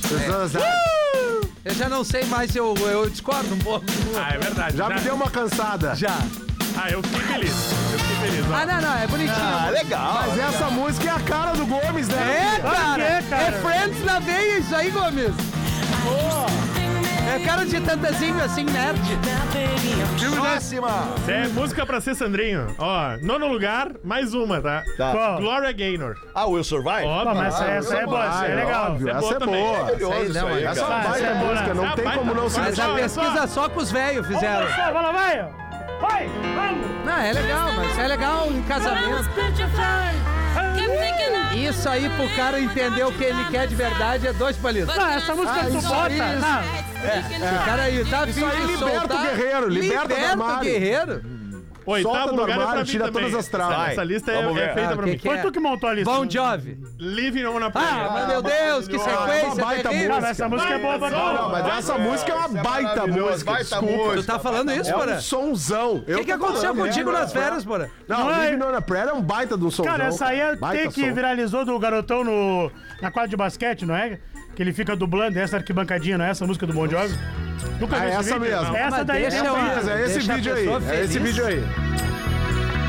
Pessoas- Eu já não sei mais, eu, eu discordo um pouco. Ah, é verdade. Já me deu uma cansada. Já. Ah, eu fiquei feliz. Eu fiquei feliz. ó. Ah, não, não, é bonitinho. Ah, legal. Mas essa música é a cara do Gomes, né? É, cara. é, cara? É Friends na veia isso aí, Gomes. É cara de tantazinho assim, nerd. Próxima. É música pra ser Sandrinho. Ó, nono lugar, mais uma, tá? Tá. Qual? Gloria Gaynor. Ah, Will Survive? Ó, Pô, mas essa, essa é boa, essa é legal. óbvio, Essa é essa é boa também. boa. Maravilhoso Sei, isso não, aí, é Essa cara. Ah, vai essa é da boa. música, Ah, não tem baita como não música. ser. Mas a só, pesquisa só com os velhos fizeram. Vamos, vai, vai. Vai, vamos. Não, é legal, mas é legal em casamento. Isso aí pro cara entender o que ele quer de verdade é dois palitos. Ah, Não, essa música é tu isso bota. aí, Não, O cara aí tá afim É, aí de liberta soltar. o guerreiro, liberta o o armário. guerreiro. Solta Oitavo do lugar é pra armário, mim tira também. todas as travas. Essa, essa lista é, Vamos é ver. feita Ah, pra que mim. que foi tu que montou a lista. Bon Jovi. Living on a Ah, mas Prayer. meu Deus, que É. Uma sequência baita terrível. Cara, essa música é boa pra Não, caramba. Não, mas Vai, essa música é uma baita música. Baita desculpa. música. Tu tá falando isso, É Porã? um sonzão. O que, que aconteceu contigo nas né? férias, Porã? Não, Não, o é- Living on a Prayer é um baita do sonzão. Cara, essa aí é o Baita T que som. viralizou do garotão no, na quadra de basquete, não é? Que ele fica dublando essa arquibancadinha, não é? Essa música do Bon Jovi. Nunca Ah, vi é esse essa vídeo? mesmo. Essa Mas daí deixa é eu- uma- Mas é esse né? Deixa a vídeo aí. pessoa É esse feliz. vídeo aí.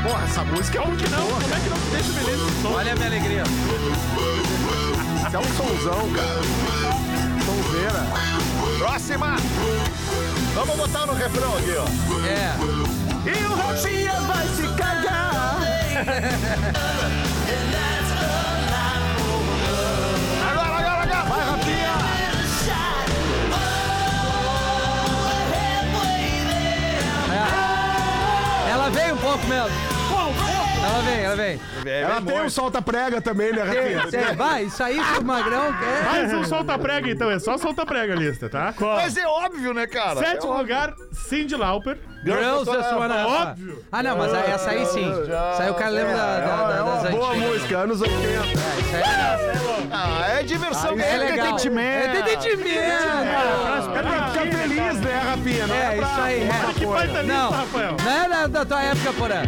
Porra, essa música é um Não, como é que não deixa beleza no som? Olha a minha alegria. Isso é um sonzão, cara. Sonzeira. Próxima. Vamos botar no refrão aqui, ó. É. E o Rafinha vai se cagar. Agora, agora, agora. Vai, Rafinha. Ela vem um pouco mesmo. Ela vem, ela vem. Ela tem um solta-prega também, né, Rafinha? Você vai, isso aí pro Magrão é quer. Mais um solta prega, então. É só solta prega a lista, tá? Mas é óbvio, né, cara? Sétimo lugar, Cindy Lauper. Girls Just Wanna Have Fun. Óbvio. Ah, não, mas essa aí sim. Essa aí o cara lembra da, da, da, É das uma boa antigas. música, anos 80. Isso aí é legal. Ah, é diversão. É legal. É detentimento. É pra ficar feliz, né, Rafinha? Não É, pra- isso aí, é. Olha que baita lista, Não. Rafael. Não é da, da tua época, Porã.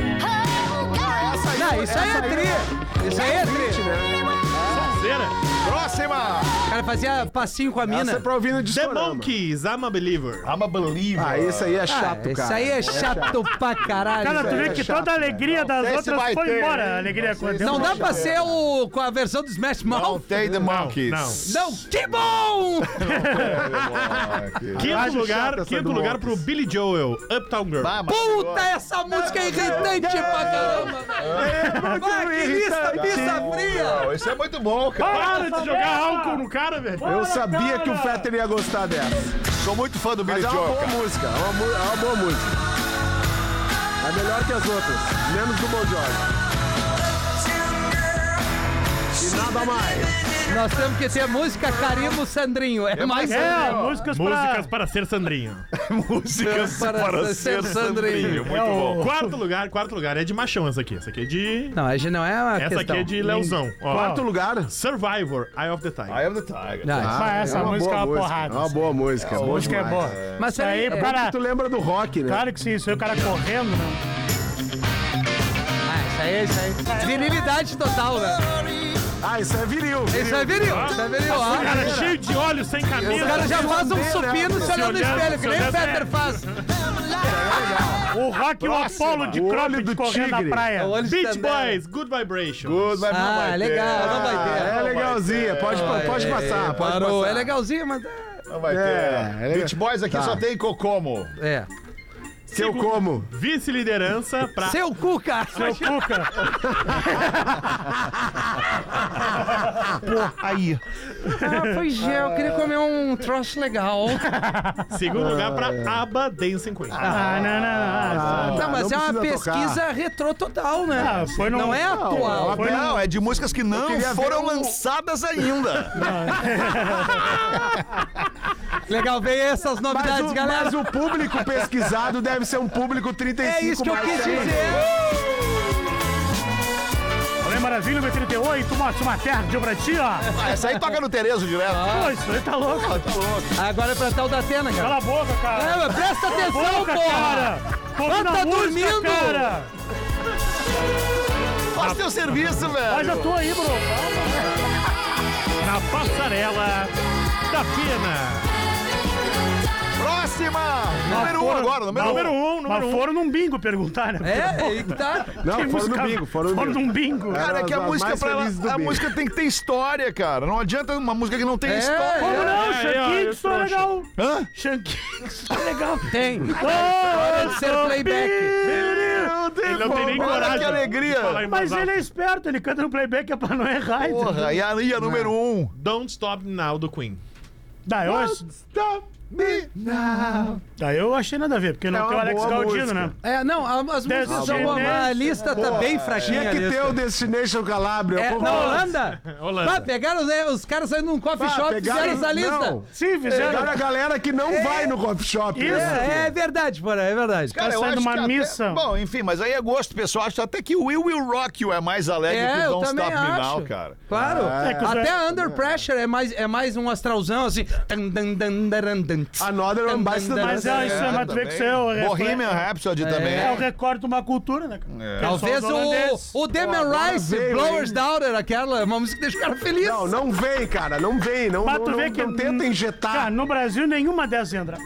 Não, isso aí é tri. Isso aí é né? tri. Zera. Próxima. O cara fazia passinho com a Essa é mina. pra ouvir no The discorama. Monkeys, I'm a Believer. I'm a believer. Ah, esse aí é chato, Ah, cara. Isso aí é chato pra caralho. Cara, tu velho. É vê é que chato, toda a alegria das sei se outras vai foi ter, embora. hein? A alegria com Não dá pra ser o, com a versão do Smash Não Mouth. tem The Monkeys. não. Não, que bom! Quinto acho lugar, chata essa quinto do lugar pro Monkeys. Billy Joel, Uptown Girl. Bah, mas Puta, essa música é irritante pra caramba! Vai, que lista, pista fria! Não, Isso é muito bom, cara. Para de jogar álcool no cara, velho. Eu sabia que o Fetter ia gostar dessa. Sou muito fã do Billy Mas é uma Joel, boa cara. música, é uma, mu- é uma boa música. É melhor que as outras, menos do Bon Jovi. E nada mais. Nós temos que ter música Carimbo Sandrinho. É mais É, músicas pra... Músicas para ser Sandrinho. Músicas Para ser Sandrinho. É Muito bom. Quarto lugar, quarto lugar. É de machão essa aqui. Essa aqui é de. Não, a gente não é uma Essa questão. aqui é de Leozão. Ó. Quarto lugar. Survivor, Eye of the Tiger. I am the Tiger. Não, Ah, essa uma música é boa uma porrada. É uma boa música. A música é boa. mas Isso aí, peraí, é, cara... Tu lembra do rock, né? Claro que sim, isso aí é o cara correndo, né? é Ah, isso aí, isso aí. Virilidade total, né? Ah, isso é viril. Isso é viril, isso é viril. ó. Cara, cheio de óleo, sem camisa. O cara já faz um supino se olhando no olhando, espelho, que se nem o olhando, Peter é. faz. O rock e o Apollo de O olho cropped do correndo na tigre. praia. É o olho Beach stand-up. Boys, Good Vibration. Good, mas não Ah, vai ter. legal, não vai ter. É legalzinha, pode, Ah, pode é, passar, pode parou. passar. É legalzinho, mas... ah, Não vai ter. É, é- Beach Boys aqui só tem Cocomo. É. Que eu como. Vice-liderança pra Seu cu, cara. Seu Cuca. Aí. Ah, pois é, eu queria comer um troço legal. segundo lugar pra Aba Dance 50. Ah, não, não, não. Não, mas Ah, não é uma precisa tocar. pesquisa retrô total, né? Ah, foi num- Não é atual. Foi Não, é de músicas que não queria ver foram um- lançadas ainda. Legal ver essas Mas novidades, o, galera. mas o público pesquisado deve ser um público 35 É isso que eu mais quis velho. dizer. Olha, maravilha, meu 38, mostra uma terra de pra ti, ó. Ah, essa aí toca no Terezo direto. Pô, isso aí tá louco. Agora é pra tal da Atena, cara. Cala a boca, É, cara. mas presta atenção, boca, porra! cara. Tô ouvindo Mas tá a música, dormindo. cara. Faz teu serviço, Faz velho. a tua aí, bro. Na passarela da pena. Próxima! Número um agora, número um. Número um, número Mas um. foram num bingo perguntar, né? É, aí que tá. Não, foram no bingo, foram no bingo. num bingo. É. Cara, é que a As música mais pra ela, felizes do a bingo. música tem que ter história, cara. Não adianta uma música que não tem É, história. Como não? É, É, é, Shankin, é, isso é trouxa. legal. Hã? Shankin, isso é legal. Tem. Hora de ser playback. Ele não tem nem Olha coragem. que alegria. de falar em Mas voz ele alta. é esperto, ele canta no playback é pra não errar. entendeu? Porra, e a, e a número um? Don't Stop Now do Queen. Daí eu, ach- daí eu achei nada a ver, porque não É tem o uma Alex boa Galdino, música. né? É, não, a- as músicas são boas, mas a lista tá bem fraquinha. Tinha a que lista. ter o Destination Calabria. Ah, É, pô, na pô, Holanda? Holanda. Pá, pegaram os, é, os caras saindo num pá, coffee shop e pegaram- fizeram essa lista. Não, Sim, fizeram. pegaram a galera que não vai no coffee shop. Isso. É, é verdade, porra, é verdade. Cara, eu saindo acho uma que até- missa. Bom, enfim, mas aí é gosto, pessoal. Acho até que o Will Will Rock You é mais alegre É, que eu Don't também Stop Me Now, acho. cara. Claro. É que os- Até Under Pressure é mais, é mais um astralzão, assim. Tan, dan, dan, daran, dan, tss. Another Tam, Ambassador. tam, Mas é, isso é, mas tu vê que isso é Bohemian o reflexo- Rhapsody também. é o recorde de uma cultura, né? cara? Que é Talvez só os holandeses. o, o Demian agora Rice, veio, Blowers hein? Daughter, aquela, é uma música que deixa o cara feliz. Não, não vem, cara, não vem. Não, Mas não, tu vê não- que. não hum, tenta injetar. Cara, no Brasil nenhuma dessas entra.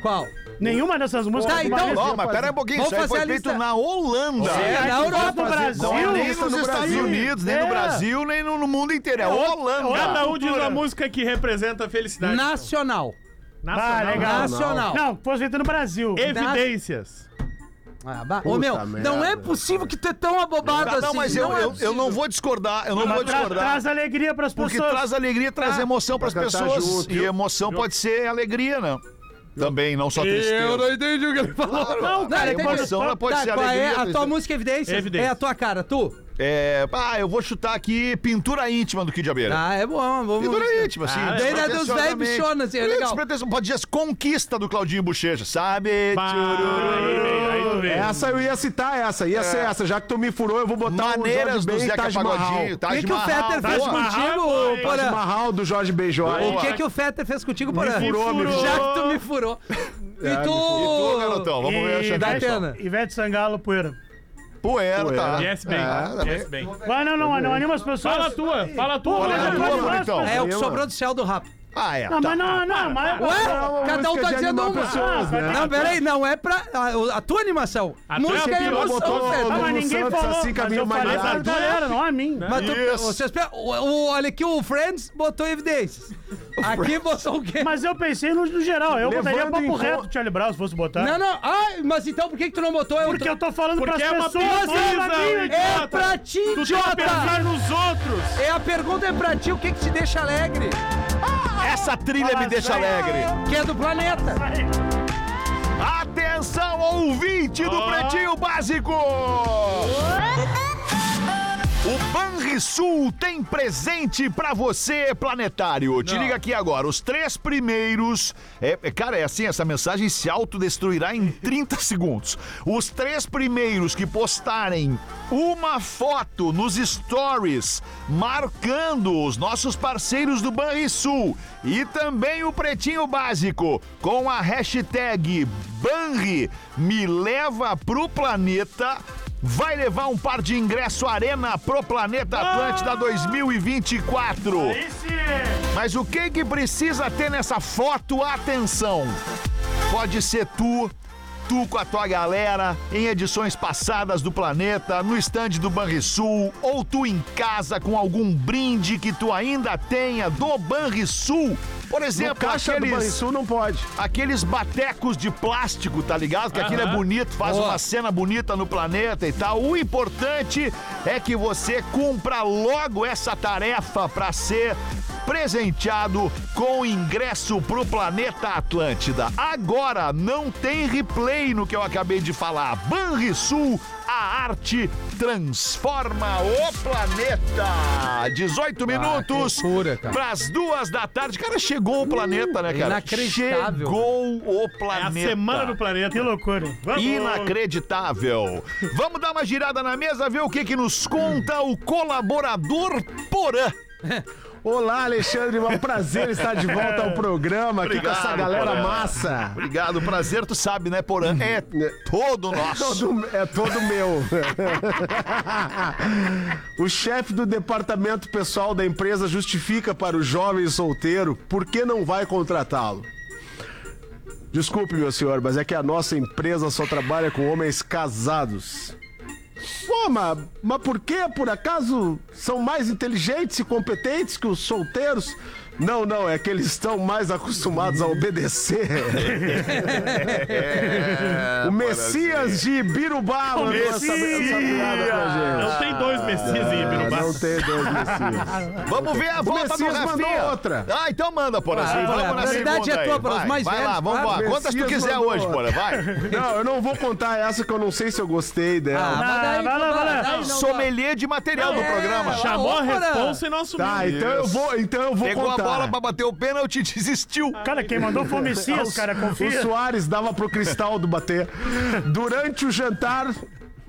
Qual? Nenhuma dessas músicas. Tá, tem então- uma Não, lista. mas pera aí um pouquinho. Vamos isso aí fazer foi a feito lista. na Holanda. É, Aí na tu Europa. bota no Brasil. Não é né? nem Isso nos no Estados Brasil. Unidos, nem É. no Brasil, nem no, no mundo inteiro. É, Holanda. Cada um diz uma música que representa a felicidade. Nacional. Nacional. Ah, legal. Nacional. Não, fosse feito no Brasil. Evidências. Ah, ba- Ô, meu, merda. não é possível que tu é tão Tá, abobado assim. não, mas eu, é eu, eu não vou discordar, eu não Mas vou tra- discordar. traz é alegria pras Porque pessoas. traz alegria, traz emoção pras Pra cantar pessoas. junto, e viu? emoção pode ser alegria, né? Também, não só Eu tristeza. não entendi o que ele falou. Não, cara, entendi. emoção ela pode tá, ser qual alegria, é a tristeza. tua música Evidências? Evidências. É a tua cara, tu? É, ah, eu vou chutar aqui pintura íntima do Kid Abelha. Ah, é bom, vamos. Pintura íntima, assim. Ah, Daí é dos velhos bichonas, assim, é legal. Despretensiosamente. Pode dizer conquista do Claudinho Bochecha, sabe? Bah, aí tu vê. Essa eu ia citar essa, ia ser essa. Já que tu me furou, eu vou botar É. Maneiras o Jorge Ben do e Zeca Taj Mahal. Pagodinho. O que, Taj que o Mahal, boa. Fetter fez Taj Mahal, contigo, foi. Taj Porã? Mahal do Jorge Ben O Jorge. que, que o Fetter fez contigo, Porã? Me furou, me furou. Já que tu me furou. E Ô, tu... garotão, vamos ver a E- chance. Da Ivete- Atena. Ivete Sangalo, poeira. é Poeira, tá. Yes, bem. yes, bem. Vai, não, não, não anima as pessoas. Fala a tua, fala a tua. Pô, Fala mas a eu tua. quase Bruno, gosto. então. É, o que Eu- sobrou do céu do rap. Ah, é. Não, tá. mas não, não, mas... Ué? uma Cada um música tá de dizendo animar uma. Ah, pessoas, né? Não, peraí, não é pra... A, a tua animação. A música tua é pior emoção, botou- Ah, Fetter. mas Lulu ninguém Santos, falou, assim, mas caminho eu falei pra humanizado. galera, não a mim. Mas tu, Isso. vocês, pe- o, o, olha aqui, o Friends botou evidências. Aqui botou o quê? Mas eu pensei no, no geral, eu Levando botaria em papo conta- reto Charlie Brown se fosse botar. Não, não. Ah, mas então por que, que tu não botou? Eu Porque eu tô falando Porque pras é uma pessoas, pesquisa, não é pra mim, é idiota. É pra ti, Tu tá idiota! pensando nos outros. É, a pergunta é pra ti, o que que te deixa alegre? Essa trilha me deixa Fala, alegre. Que é do planeta. Atenção, ouvinte do Pretinho Básico! O Banrisul tem presente pra você, planetário. Te liga aqui agora. Os três primeiros. É, é, cara, é assim: essa mensagem se autodestruirá em 30 segundos. Os três primeiros que postarem uma foto nos stories marcando os nossos parceiros do Banrisul e também o Pretinho Básico com a hashtag Banri me leva pro planeta vai levar um par de ingresso Arena pro Planeta Atlântida 2024. Mas o que que precisa ter nessa foto? Atenção! Pode ser tu, tu com a tua galera, em edições passadas do planeta, no estande do Banrisul, ou tu em casa com algum brinde que tu ainda tenha do Banrisul. Por exemplo, No caixa do aqueles Banrisul não pode. aqueles batecos de plástico, tá ligado? Que aquilo é bonito, faz uma cena bonita no planeta e tal. O importante é que você cumpra logo essa tarefa pra ser presenteado com ingresso pro planeta Atlântida. Agora não tem replay no que eu acabei de falar. Banrisul, a arte transforma o planeta. 18 minutos que Ah, loucura, cara. pras duas da tarde. Cara, chegou o planeta, né, cara? Inacreditável. Chegou o É a planeta. semana do planeta. Que loucura. Vamos. Inacreditável. Vamos dar uma girada na mesa, ver o que que nos conta o colaborador Porã. Olá, Alexandre, é um prazer estar de volta ao programa aqui Obrigado, com essa galera Porã. massa. Obrigado, prazer, tu sabe, né, Porã? É todo nosso. Todo- é todo meu. o chefe do departamento pessoal da empresa justifica para o jovem solteiro por que não vai contratá-lo. Desculpe, meu senhor, mas é que a nossa empresa só trabalha com homens casados. Pô, mas, mas por que, por acaso, são mais inteligentes e competentes que os solteiros? Não, não, é que eles estão mais acostumados a obedecer. O Messias de Ibirubá mandou essa, essa piada pra gente. Não tem dois Messias em Ibirubá. Ah, não tem dois Messias. Vamos ver a volta do Messias mandou Rafinha. outra. Ah, então manda, Porã. Sim, vamos na a verdade segunda é tua, aí. Porã, os Vai, mais vai lá, velhos, vamos lá. claro. Quantas tu Messias quiser mandou hoje, Porã, outra. vai. Não, eu não vou contar essa que eu não sei se eu gostei Ah, Ah, dela. vai lá, vai lá, vai lá. Sommelier de material É, do tá programa. Chamou a Ô, Porã. responsa e não assumiu. tá, então eu vou, então eu vou Pegou a contar. bola pra bater o pênalti e desistiu. Cara, quem mandou foi o Messias, cara, O confia. Soares dava pro Cristaldo bater. Durante o jantar,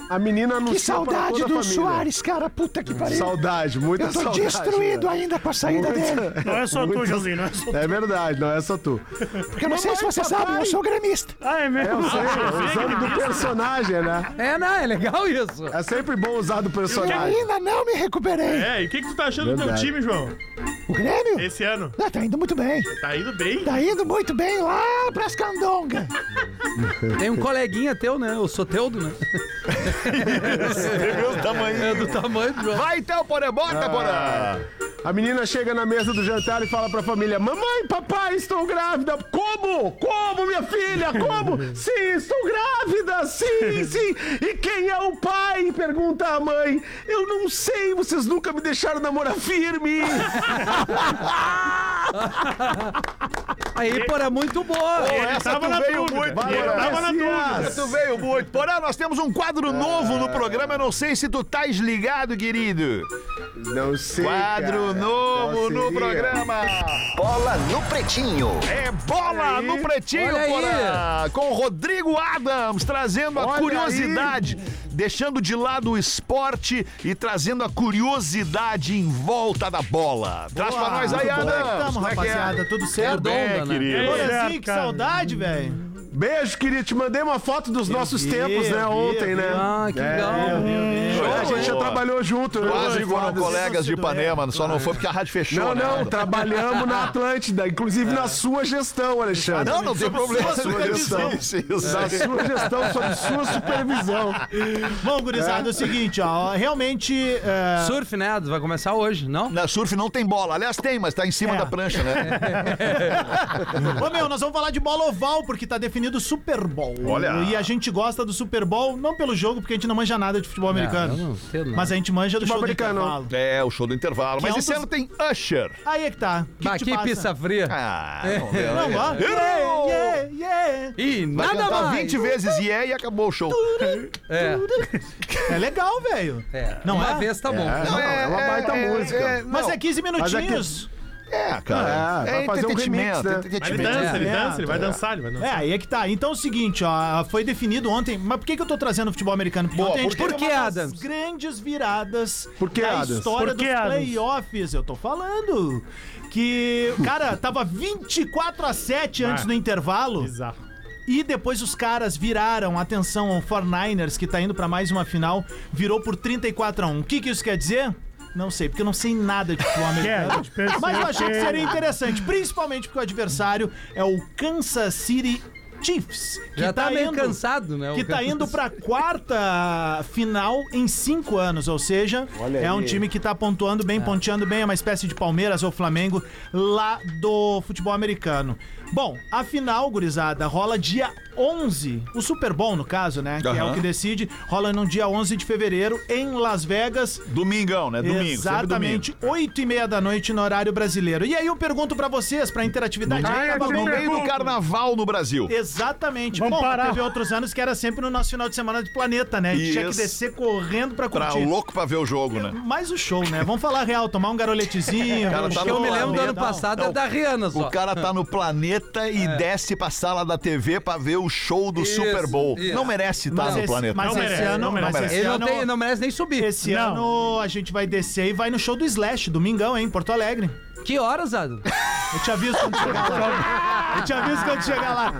a menina anunciou para toda a família. cara. Ah, Puta Hum. que Saudade, muita saudade. né? ainda com a saída dele. Não é só tu, Muitas- Josinho, não é só tu. É verdade, não é só tu. Porque eu não sei se você papai. sabe, eu sou gremista. Ah, é É, mesmo? eu sei, é usando do personagem, né? É, não, é legal isso. É sempre bom usar do personagem. Ainda não me recuperei. É, e o que, que tu tá achando do Verdade. teu time, João? O Grêmio? Esse ano? Ah, É. tá indo muito bem. Tá indo bem? Tá indo muito bem lá pras candongas. Tem um coleguinha teu, né? O Soteudo, né? É do tamanho do João. Vai então, Porã, bota, Porã. Ah. A menina chega na mesa do jantar e fala pra família: Mamãe, papai, estou grávida. Como? Como, minha filha? Como? Sim, estou grávida, sim, sim. E quem é o pai? Pergunta a mãe. Eu não sei, vocês nunca me deixaram namorar firme. Aí, porra, muito boa. Pô, essa tava tu na veio dúvida. muito, Ele Porã. tava na Messias. Tu veio muito. Porã, nós temos um quadro novo no programa. Eu não sei se tu tá ligado, querido. Não sei. Quadro cara. novo Qual no seria? programa. Bola no pretinho. É bola no pretinho, Olha aí. Porã. Com Rodrigo Adams trazendo a Olha curiosidade. Deixando de lado o esporte e trazendo a curiosidade em volta da bola. Traz pra nós aí, Adams. Como é que é? Tudo Tudo bem, né? querido? Ei, Olha assim, certo, que cara. saudade, velho. Beijo, querido. Te mandei uma foto dos nossos vi, tempos, né? eu vi, Ontem, eu né? Ah, É, que legal. A gente já Boa. trabalhou junto. né? Quase igual Fodas. colegas de Ipanema, só não foi porque a rádio fechou. Não, né, não, Aldo? trabalhamos na Atlântida, inclusive na sua gestão, Alexandre. Não, é. não tem problema. sua gestão. Isso, isso. Na sua gestão, sob sua supervisão. Bom, gurizada, é. o seguinte, ó. Realmente. é, Surf, né? Vai começar hoje, não? Na surf não tem bola. Aliás, tem, mas tá em É. cima da prancha, né? Ô, meu, nós vamos falar de bola oval, porque tá definido o Super Bowl. Olha. E a gente gosta do Super Bowl, não pelo jogo, porque a gente não manja nada de futebol americano. eu não sei nada. Mas a gente manja do Futebol show do americano. intervalo. É, o show do intervalo. Que é Mas um esse dos- ano tem Usher. Aí é que tá. O que Bah, que te que passa? pizza fria. Ah, não, deu, Não, né? ó. Yeah, yeah, yeah. E Vai nada cantar mais. 20 vezes e é e acabou o show. É, É legal, velho. é. Não Uma é? vez tá bom. Não, é uma baita música. Mas é 15 Mas é que- minutinhos. É, cara. É, É, vai fazer um entretenimento. remix, né? Mas ele entretenimento. dança, ele É, dança, ele vai é. dançar, ele vai dançar. É, aí é que tá. Então é o seguinte, ó, foi definido ontem. Mas por que, que eu tô trazendo futebol americano? Porque Boa, ontem a gente por teve que, uma das Adams? grandes viradas Por que, da Adams? história Por que, dos Adams? playoffs. Eu tô falando que, cara, tava 24 a 7 antes Ah. do intervalo. Bizarro. E depois os caras viraram, atenção, o 49ers, que tá indo pra mais uma final, virou por 34 a 1. O que, que isso quer dizer? Não sei, porque eu não sei nada de futebol É, a americano. gente percebe mas eu achei que que- seria interessante, principalmente porque o adversário é o Kansas City Chiefs. que Já tá, meio indo- cansado, né? o que tá Kansas. indo pra quarta final em cinco anos, ou seja, é um time que tá pontuando bem, ponteando bem, é uma espécie de Palmeiras ou Flamengo lá do futebol americano. Bom, a final, gurizada, rola dia 11, o Super Bowl no caso, né, que é o que decide, rola no dia 11 de fevereiro em Las Vegas, É Domingão, né? Domingo, Exatamente. Exatamente, 8 e meia da noite no horário brasileiro. E aí eu pergunto pra vocês, pra interatividade. aí, Domingo. Cavalcante. No meio do carnaval no Brasil. Exatamente. Vamos Bom, parar. teve outros anos que era sempre no nosso final de semana de planeta, né? A gente tinha que Isso. descer correndo pra Pra um- curtir. louco pra ver o jogo, né? Mais o show, né? Vamos falar real, tomar um garoletezinho. Cara, um tá show, Que eu me no- né? lembro do ano Tal. passado é da Rihanna só. O cara tá no planeta e desce pra sala da TV pra ver o show do É. Isso, Super Bowl. isso. Não merece estar Mas no esse- planeta. Mas Não esse merece, ano, não mas merece. esse Ele não, ano- tem, não merece nem subir. Esse Não. ano a gente vai descer e vai no show do Slash, domingão, hein? em Porto Alegre. Que horas, Zado? Eu te aviso quando chegar lá. Eu te aviso quando chegar lá.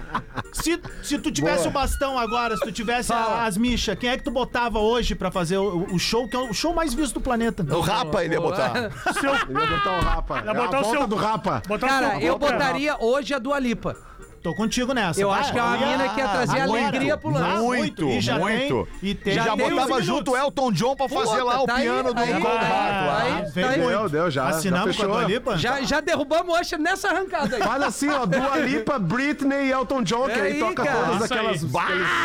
Se, se tu tivesse o bastão agora, se tu tivesse a- Fala. as michas, quem é que tu botava hoje pra fazer o, o show, que é o show mais visto do planeta? O Rapa ele ia botar. Seu... Ele ia botar o Rapa. Ia É botar a o volta seu- do Rapa. Botar Cara, eu pra- botaria hoje a Dua Lipa. Tô contigo nessa. Eu Vai, acho que é uma olha. mina que ia trazer Agora. alegria pro Ah, lance. Muito, E já muito. tem- e tem- já, já tem botava uns junto o Elton John pra fazer Puta, lá o tá aí, piano do aí, Nicole tá Bach lá. aí, tá aí. Deu, deu, Ah, já. já Assinamos com a fechou. Dua Lipa? Já, já derrubamos hoje nessa arrancada aí. Faz assim, ó, Dua Lipa, Britney e Elton John, que É aí aí, toca cara. todas Isso aí. aquelas...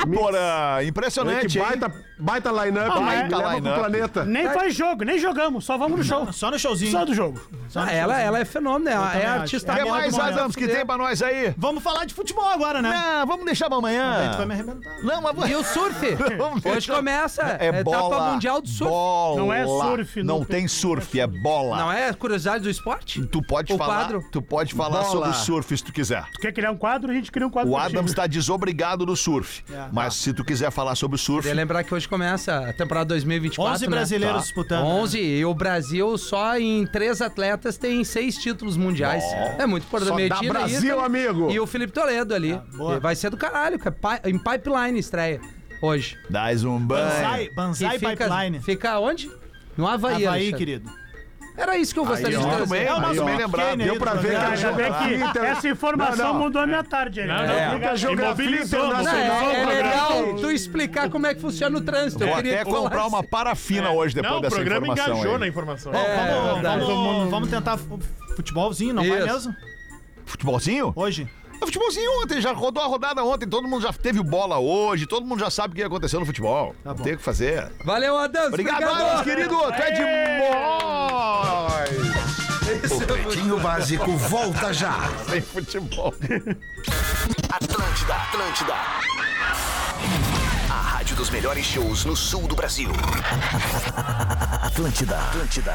Bárbara! Olha Impressionante, que hein? baita, baita line-up, Ah, aí, é. que leva pro Line-up. planeta. Nem faz jogo, nem jogamos, só vamos no show. Só no showzinho. Só do jogo. Só no Ah, ela, showzinho. ela é fenômeno, ela também é acho. artista O que Agora mais, do momento. Adams, que tem pra nós aí? Vamos falar de futebol agora, né? Ah, vamos deixar pra A gente vai me amanhã. arrebentar. Não, mas... E o surf? Vamos ver. Hoje começa a É bola. etapa mundial do surf. Bola. Não é surf, Não não tem surf, é bola. Não é curiosidade do esporte? Tu pode O falar, quadro? tu pode falar sobre o surf se tu quiser. Tu quer criar um quadro, a gente cria um é quadro. O pra ti. Adams está desobrigado do surf. tá. Mas se tu quiser falar sobre o surf, Queria lembrar que hoje começa a temporada 2024. 11 né? brasileiros Tá. disputando. 11 e o Brasil só em três atletas tem seis títulos mundiais. É muito importante. Só dá Medina, Brasil, Ítalo amigo. E o Felipe Toledo ali. boa. Vai ser do caralho, cara. Pi- Em pipeline estreia hoje. dás um banho. Banzai, Banzai Que fica, Pipeline. Fica onde? No Havaí. Havaí, Alexandre. querido. Era isso que eu gostaria ó, de tudo bem, trazer. É né? mas ó, bem lembrado. Kenny Deu aí pra do ver programa. Ah, Ainda bem que Inter- essa informação tá então. Não, não. mudou a minha tarde. Né? Não, não, É. Fica a geografia Imobilizando. Não, internacional. é, é Não, legal programa. tu explicar como é que funciona o trânsito. Vou eu queria até que falasse. comprar uma parafina hoje depois Não, o dessa programa informação. engajou aí. na informação. É, Vamos, verdade. vamos, vamos tentar fu- futebolzinho, não vai Isso. mesmo? Futebolzinho? Hoje. O futebolzinho ontem, já rodou a rodada ontem, todo mundo já teve bola hoje, todo mundo já sabe o que aconteceu no futebol. Não tem o que fazer. Valeu, Adams. Obrigado, Adams, querido. Até de é nós. O Pretinho Básico volta já. Sem futebol. Atlântida, Atlântida. A rádio dos melhores shows no sul do Brasil. Atlântida, Atlântida.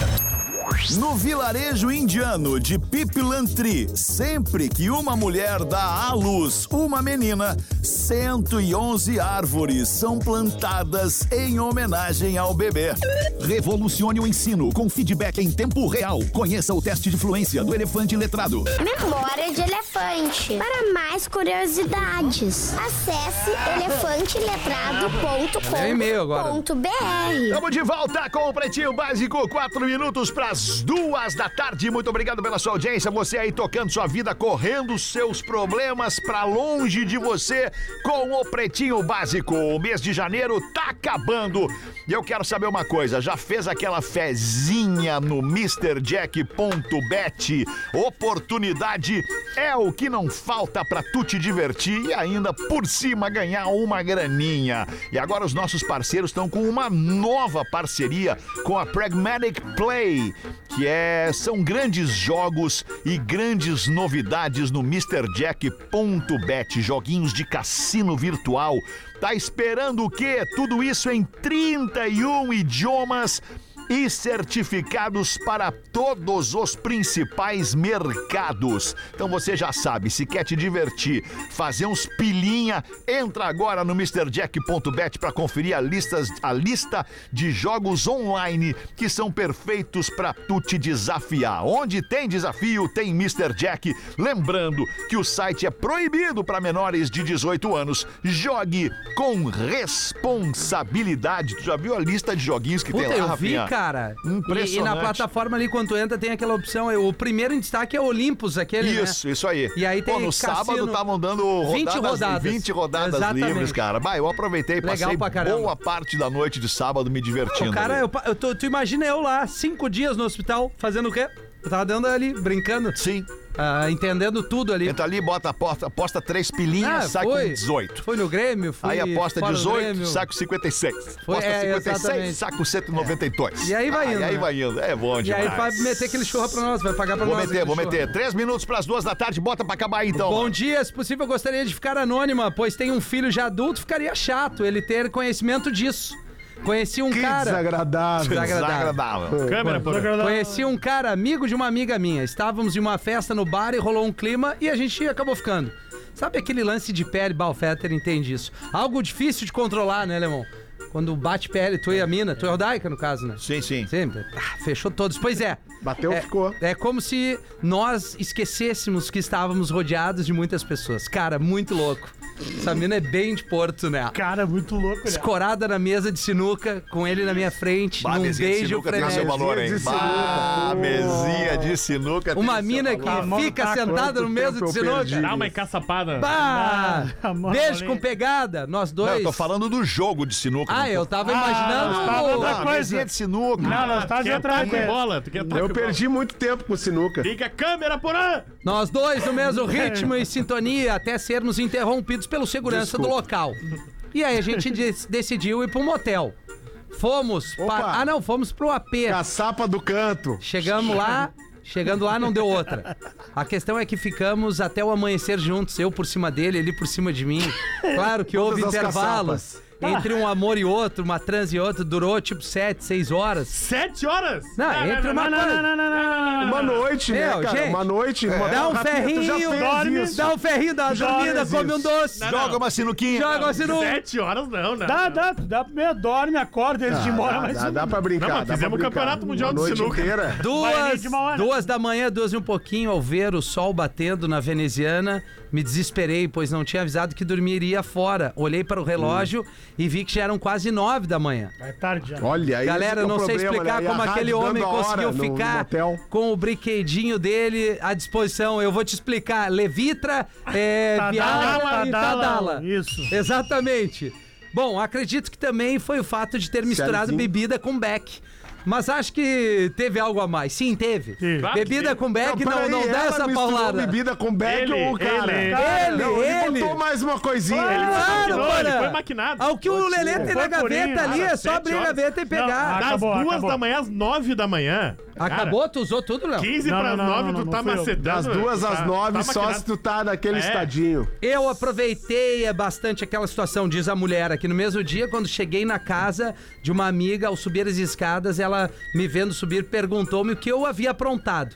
No vilarejo indiano de Pipilantri, sempre que uma mulher dá à luz uma menina, 111 árvores são plantadas em homenagem ao bebê. Revolucione o ensino com feedback em tempo real. Conheça o teste de fluência do elefante letrado. Memória de elefante. Para mais curiosidades, acesse Deu e-mail agora. elefanteletrado.com.br. Estamos de volta com o Pretinho Básico, quatro minutos para as duas da tarde. Muito obrigado pela sua audiência. Você aí tocando sua vida, correndo seus problemas para longe de você com o Pretinho Básico. O mês de janeiro tá acabando. E eu quero saber uma coisa: já fez aquela fezinha no MrJack.bet? Oportunidade é o que não falta para tu te divertir e ainda por cima ganhar uma graninha. E agora os nossos parceiros estão com uma nova parceria com a Pragmatic Play, que é são grandes jogos e grandes novidades no MrJack.bet, joguinhos de cassino virtual. Tá esperando o quê? Tudo isso em 31 idiomas e certificados para todos os principais mercados. Então você já sabe, se quer te divertir, fazer uns pilinha, entra agora no MrJack.bet para conferir a, listas, a lista de jogos online que são perfeitos para tu te desafiar. Onde tem desafio, tem Mr. Jack. Lembrando que o site é proibido para menores de 18 anos. Jogue com responsabilidade. Tu já viu a lista de joguinhos que Puta, tem lá, eu vi, Rafinha? cara. E- Impressionante. E, na plataforma ali, quando tu entra, tem aquela opção. é, O primeiro em destaque é Olympus, aquele, né? Isso, isso aí. E aí tem Pô, no cassino. sábado estavam dando rodadas, 20 rodadas. 20 rodadas Exatamente. livres, cara. Bah, eu aproveitei, Legal passei pra caramba. boa parte da noite de sábado me divertindo. O cara, ali. eu pa- eu tô- tu imagina eu lá, cinco dias no hospital, fazendo o quê? Eu tava dando ali, brincando. ah, Sim. entendendo tudo ali. Entra ali, bota a porta, aposta três pilinhas, sai com 18. Ah, Foi no Grêmio, foi Aí aposta fora do 18, Grêmio. saco 56. Foi- aposta é, 56, exatamente. saco 192. E aí vai indo, Ah, E aí né? vai indo. É bom E aí demais. vai meter aquele churro pra nós, vai pagar pra Vou nós. meter, aquele vou churro. meter. Três minutos pras duas da tarde, bota pra acabar aí, então. Bom dia, se possível, eu gostaria de ficar anônima, pois tem um filho já adulto, ficaria chato ele ter conhecimento disso. Conheci um cara. desagradável. Desagradável. Câmera, por favor. Conheci um cara, amigo de uma amiga minha. Estávamos em uma festa no bar e rolou um clima e a gente acabou ficando. Sabe aquele lance de pele? Bah, o Fetter entende isso. Algo difícil de controlar, né, Lemon? Quando bate pele, tu e a mina, tu é rodaica no caso, né? Sim, sim. Sempre. Ah, fechou todos. Pois é. Bateu, é, Então ficou. É como se nós esquecêssemos que estávamos rodeados de muitas pessoas. Cara, muito louco. Essa mina é bem de Porto, né? Cara, muito louco, né? Escorada na mesa de sinuca, com ele na minha frente, Bah, num mesinha de beijo sinuca tem seu frenético. valor, hein? De sinuca, Bah, mesinha de sinuca tem Uma seu mina valor. que mano, fica tá sentada quanto no mesa tempo de eu perdi? sinuca. Dá uma encaçapada. Bah! Ah, mano, Beijo olha com aí. pegada, nós Não, dois. eu tô falando do jogo de sinuca. não Ah, tô eu tava Ah, tava imaginando. outra Ah, coisa. mesinha de sinuca. Não, nós tá de Quer atrás, tá com né? bola? Tu quer tá Eu com perdi muito tempo com sinuca. bola? Liga a câmera, porã! Nós dois no mesmo ritmo e sintonia até sermos interrompidos pelo segurança do local. E aí a gente des- decidiu ir pra um motel. Fomos Opa. para. Ah, não, fomos pro AP. Caçapa do canto. Chegamos lá, chegando lá não deu outra. A questão é que ficamos até o amanhecer juntos, eu por cima dele, ele por cima de mim. Claro que houve Todas as intervalos entre um amor e outro, uma trans e outra, durou tipo sete, seis horas. Sete horas? Não, entre uma coisa- não, não, Uma noite, Ah. Meu, né, cara? É, gente, uma noite. uma- Dá um Rafinha, tu já ferrinho, fez dorme, isso. dá um ferrinho, dá uma Já dormida, fez come um isso. doce, Joga uma sinuquinha. joga assim no. Sete horas não, né? Dá, dá, dá primeiro, dorme, acorda, eles te embora, Ah, Dá, mas. dá, dá pra brincar. Não, mas dá fizemos pra o Campeonato Mundial Uma de noite Sinuca. Inteira. Vai Duas, de uma hora. duas da manhã, duas e um pouquinho, ao ver o sol batendo na veneziana, me desesperei, pois não tinha avisado que dormiria fora. Olhei para o relógio e vi que já eram quase nove da manhã. É tarde já. Olha aí. Galera, eu esse não que é o sei problema, explicar né? E a como rádio aquele dando homem a hora conseguiu no- no ficar hotel. com o brinquedinho dele à disposição. Eu vou te explicar. Levitra, é, Viagra e Tadala. Isso. Exatamente. Bom, acredito que também foi o fato de ter misturado Sériozinho? bebida com Beck. Mas acho que teve algo a mais. Sim, teve. Claro Bebida com Beck É não, não, peraí, dá ela essa misturou paulada. bebida com Beck Ele, ou o cara? ele. Cara, Ele, Não, ele, ele. botou mais uma coisinha. Claro. Ele- Claro, maquinou, ele para. foi maquinado. Ao que o Lelê tem na Foi purinho, gaveta ali, cara, é só sete abrir a horas. gaveta e Não, pegar. Das Acabou, duas acabou. da manhã às nove da manhã. Cara, Acabou? Tu usou tudo, Léo? 15 Não, para não, não, nove não, tu não tá fui eu. macetando. Das duas tá- às nove, tá só maquinado. se tu tá naquele É. estadinho. Eu aproveitei é bastante aquela situação, diz a mulher, aqui no mesmo dia, quando cheguei na casa de uma amiga, ao subir as escadas, ela me vendo subir, perguntou-me o que eu havia aprontado.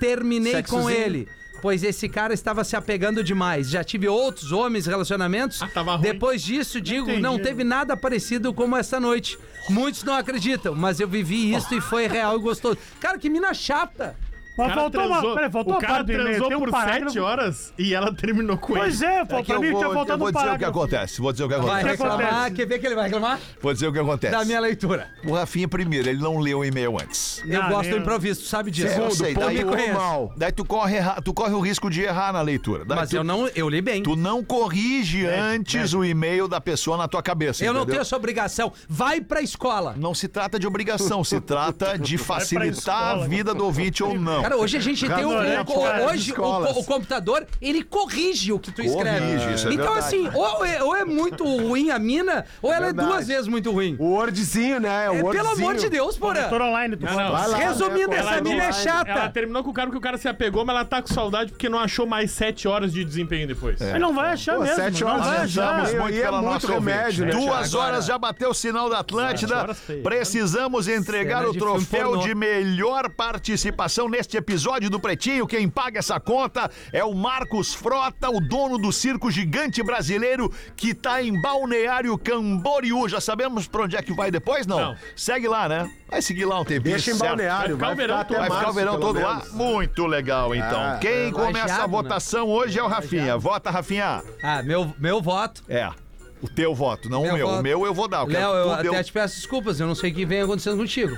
Terminei com Sexozinho. ele, pois esse cara estava se apegando demais. Já tive outros homens, relacionamentos. Ah, tava ruim. Depois disso, digo, entendi. não teve nada parecido como essa noite. Muitos não acreditam, mas eu vivi isso e foi real e gostoso. Cara, que mina chata! Mas O cara faltou transou- uma. Peraí, faltou o uma cara parte do e-mail, transou tem um por parágrafo. sete horas e ela terminou com ele. Pois é, pô, Aqui pra eu mim tinha vou, eu faltado vou um dizer o que parágrafo. acontece. Vou dizer o que acontece. Vai que reclamar, acontece? quer ver que ele vai reclamar? Vou dizer o que acontece. Da minha leitura. O Rafinha primeiro, ele não leu o e-mail antes. Eu Não, gosto do nem- improviso, tu sabe disso. É, eu sei, eu daí, me tu- conheço. daí tu corre, erra- tu corre o risco de errar na leitura. Daí Mas tu, eu não, eu li bem. tu não corrige antes o e-mail da pessoa na tua cabeça. eu não entendeu? tenho essa obrigação. Vai pra escola. Não se trata de obrigação, se trata de facilitar escola. a vida do ouvinte ou não. Cara, hoje a gente tem o, Ignorante, o- cara, de hoje escolas. o, o computador, ele corrige o que tu escreve. Corrige, isso é então, verdade. assim, ou é, ou é muito ruim a mina, ou ela é duas vezes muito ruim. O Wordzinho, né? É, pelo amor de Deus, porra. Monitor online, tu Resumindo, essa mina é chata. Ela terminou com o cara que o cara se apegou, mas ela tá com saudade porque não achou mais 7 horas de desempenho depois. É. Mas não vai achar Pô, mesmo, sete não horas vai achar. precisamos é muito pela nossa ouvinte, né? Duas horas já bateu o sinal da Sete Atlântida. horas feia. Precisamos entregar Cena o de filme troféu pornô. de melhor participação neste episódio do Pretinho. Quem paga essa conta é o Marcos Frota, o dono do circo gigante brasileiro que tá em Balneário Camboriú. Já sabemos pra onde é que vai depois, não? Segue lá, né? Vai seguir lá um tempinho. Deixa em certo. Balneário, Vai ficar o verão todo, até vai ficar o março, verão pelo todo lá. menos. Muito legal, então. Ah, Quem é começa lajado, a né? votação hoje é o Rafinha. Vota, Rafinha. Ah, meu, meu voto. É. O teu voto, não o meu. voto- O meu eu vou dar. quero Léo, que eu tu dê o até te peço desculpas, eu não sei o que vem acontecendo contigo.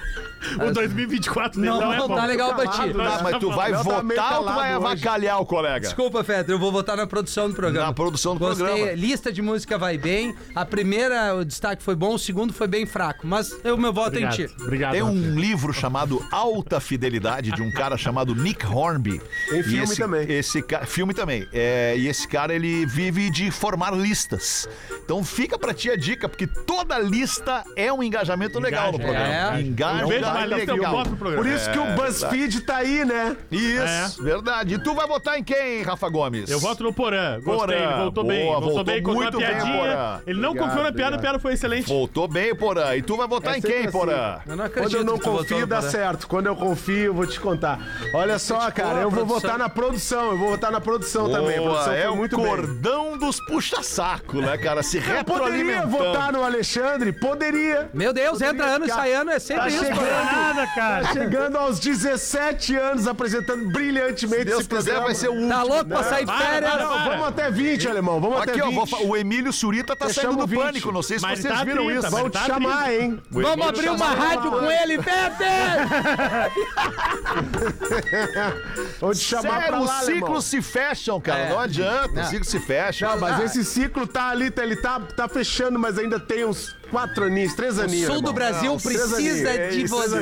O 2024 não, não, tá legal pra ti. Tá, mas tu vai votar ou tu vai avacalhar o colega? Desculpa, Fetter, eu vou votar na produção do programa. Na produção do programa. Lista de música vai bem. A primeira, o destaque foi bom, o segundo foi bem fraco. Mas eu meu voto é em ti. Tem um livro chamado Alta Fidelidade, de um cara chamado Nick Hornby. Tem E filme esse, também. Esse, ca- filme também. É, e esse cara, ele vive de formar listas. Então fica pra ti a dica, porque toda lista é um engajamento legal no Engaja, programa. é. Engaja, Eu vejo uma Então, lista, eu boto no programa. Por isso que o É, BuzzFeed tá aí, né? É. Isso, verdade. E tu vai votar em quem, Rafa Gomes? Eu voto no Porã. Gostei, ele voltou Boa, bem. Voltou, voltou bem, contou muito uma bem, piadinha. Porã. ele não Obrigado, confiou na piada, a obrigado. piada foi excelente. Voltou bem, Porã. E tu vai É votar em quem, Porã? assim. Quando eu não confio, dá certo. Quando eu confio, eu vou te contar. Olha só, cara, eu vou produção. votar na produção. Eu vou votar na produção também. A Boa, produção é foi o muito bem. cordão dos puxa-saco, né, cara? Se Eu poderia retroalimentando. votar no Alexandre? Poderia. Meu Deus, entra ano e sai ano, é tá sempre isso, chegando, cara. nada, cara. Tá chegando aos 17 anos apresentando brilhantemente Se Deus quiser, vai ser o último. Tá louco pra sair férias? Vamos até 20, alemão. Vamos Aqui, até ó, 20. vou fa- o Emílio Surita tá Fechamos saindo do 20. pânico, não sei se Mas vocês tá viram 30, isso. mas Vão te tá chamar, 30. hein? O Emílio chamou. Vou te chamar Sério, pra lá, os ciclos alemão. se fecham, cara. Não adianta, os ciclos se fecham. Não, mas Ah. esse ciclo tá ali, tá- ele tá, tá fechando, mas ainda tem uns quatro aninhos, três O aninhos. sul irmão. do Brasil Não, três precisa aninhos. de É isso, você.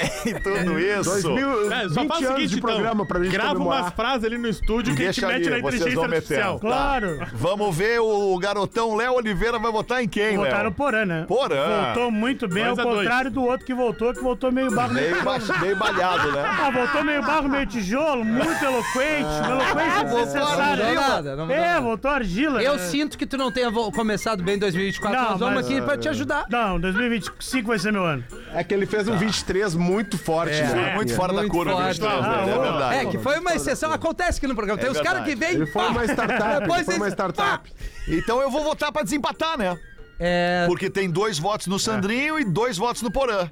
aninhos. Tem tudo isso. Dois mil, É, só 20 faz o anos seguinte, de programa então, pra gente grava comemorar. umas frases ali no estúdio que a gente Deixa mete ali, na vocês inteligência vão meter. artificial. Tá. Vamos ver o garotão Léo Oliveira vai votar em quem, Vou Léo? votar no Porã, né? Porã. Voltou muito bem, ao é Dois a dois. contrário do outro que voltou, que voltou meio barro. Meio ba- meio balhado, né? Ah, voltou meio barro, meio tijolo, muito eloquente, Ah. uma eloquência Voltou desnecessária. argila. Não mudou nada, não mudou É, nada. voltou argila. Eu né? sinto que tu não tenha vo- começado bem 2024, nós vamos mas- aqui pra te ajudar. Não, 2025 vai ser meu ano. É que ele fez um 23 muito forte, É, né? muito fora da curva, forte. 23, né? É verdade. É, que foi uma exceção, acontece aqui no programa. Tem É os caras que verdade. vêm. Ele foi uma startup, Depois ele foi eles- uma startup. Então eu vou votar pra desempatar, né? É. Porque tem dois votos no Sandrinho e dois votos no Porã.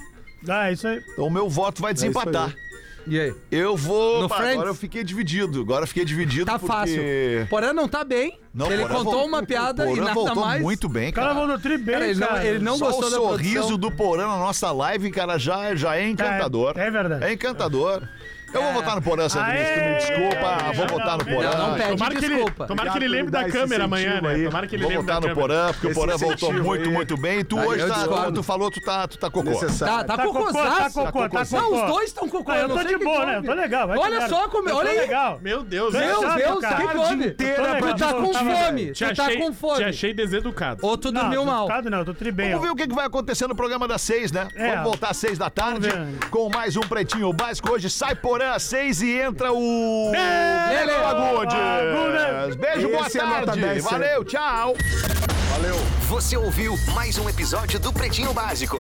Ah, isso aí. Então o meu voto vai desempatar. E aí? Eu vou. No Pá, Friends? agora eu fiquei dividido. Agora eu fiquei dividido. Tá porque... fácil. Porã não tá bem. Não, ele Porã contou voltou- uma piada o e Porã nada voltou mais. muito bem, cara. voltou tri bem, Cara, ele não- cara. ele não Só gostou o da sorriso produção. do Porã na nossa live, cara, já, já é encantador. É, verdade. É encantador. Eu vou votar no Porã, Sandrinho. se tu me desculpa, Ah, vou votar no Porã. tomara que ele, tomara que ele lembre da câmera amanhã, né? Tomara que ele Vou lembre da votar no câmera. Porã, porque o Porã voltou muito, muito bem. E tu Aí hoje eu tá, discordo. como tu falou, tu tá, tu tá cocô. Tá, tá, cocôzaço. tá cocô, tá Não, cocô. os dois estão cocô. Ah, eu não tô sei de o que boa, que né? houve. Tô legal, vai te Olha merda. só como... Eu tô Olha aí. legal. Meu Deus, Meu é chato, Deus, cara. que que houve? Tu tá com fome. Te Tu tá achei- com Te fome. achei deseducado. Ou tu dormiu mal. não, eu tô tribem. Vamos ver o que que vai acontecer no programa das seis, né? É. Vamos voltar às seis da tarde com mais um Pretinho Básico. Hoje sai porã às seis e entra o... Lele Fagundes. Fagundes. Beijo, boa Esse é nota tarde. 10 sempre. Valeu, tchau. Valeu. Você ouviu mais um episódio do Pretinho Básico.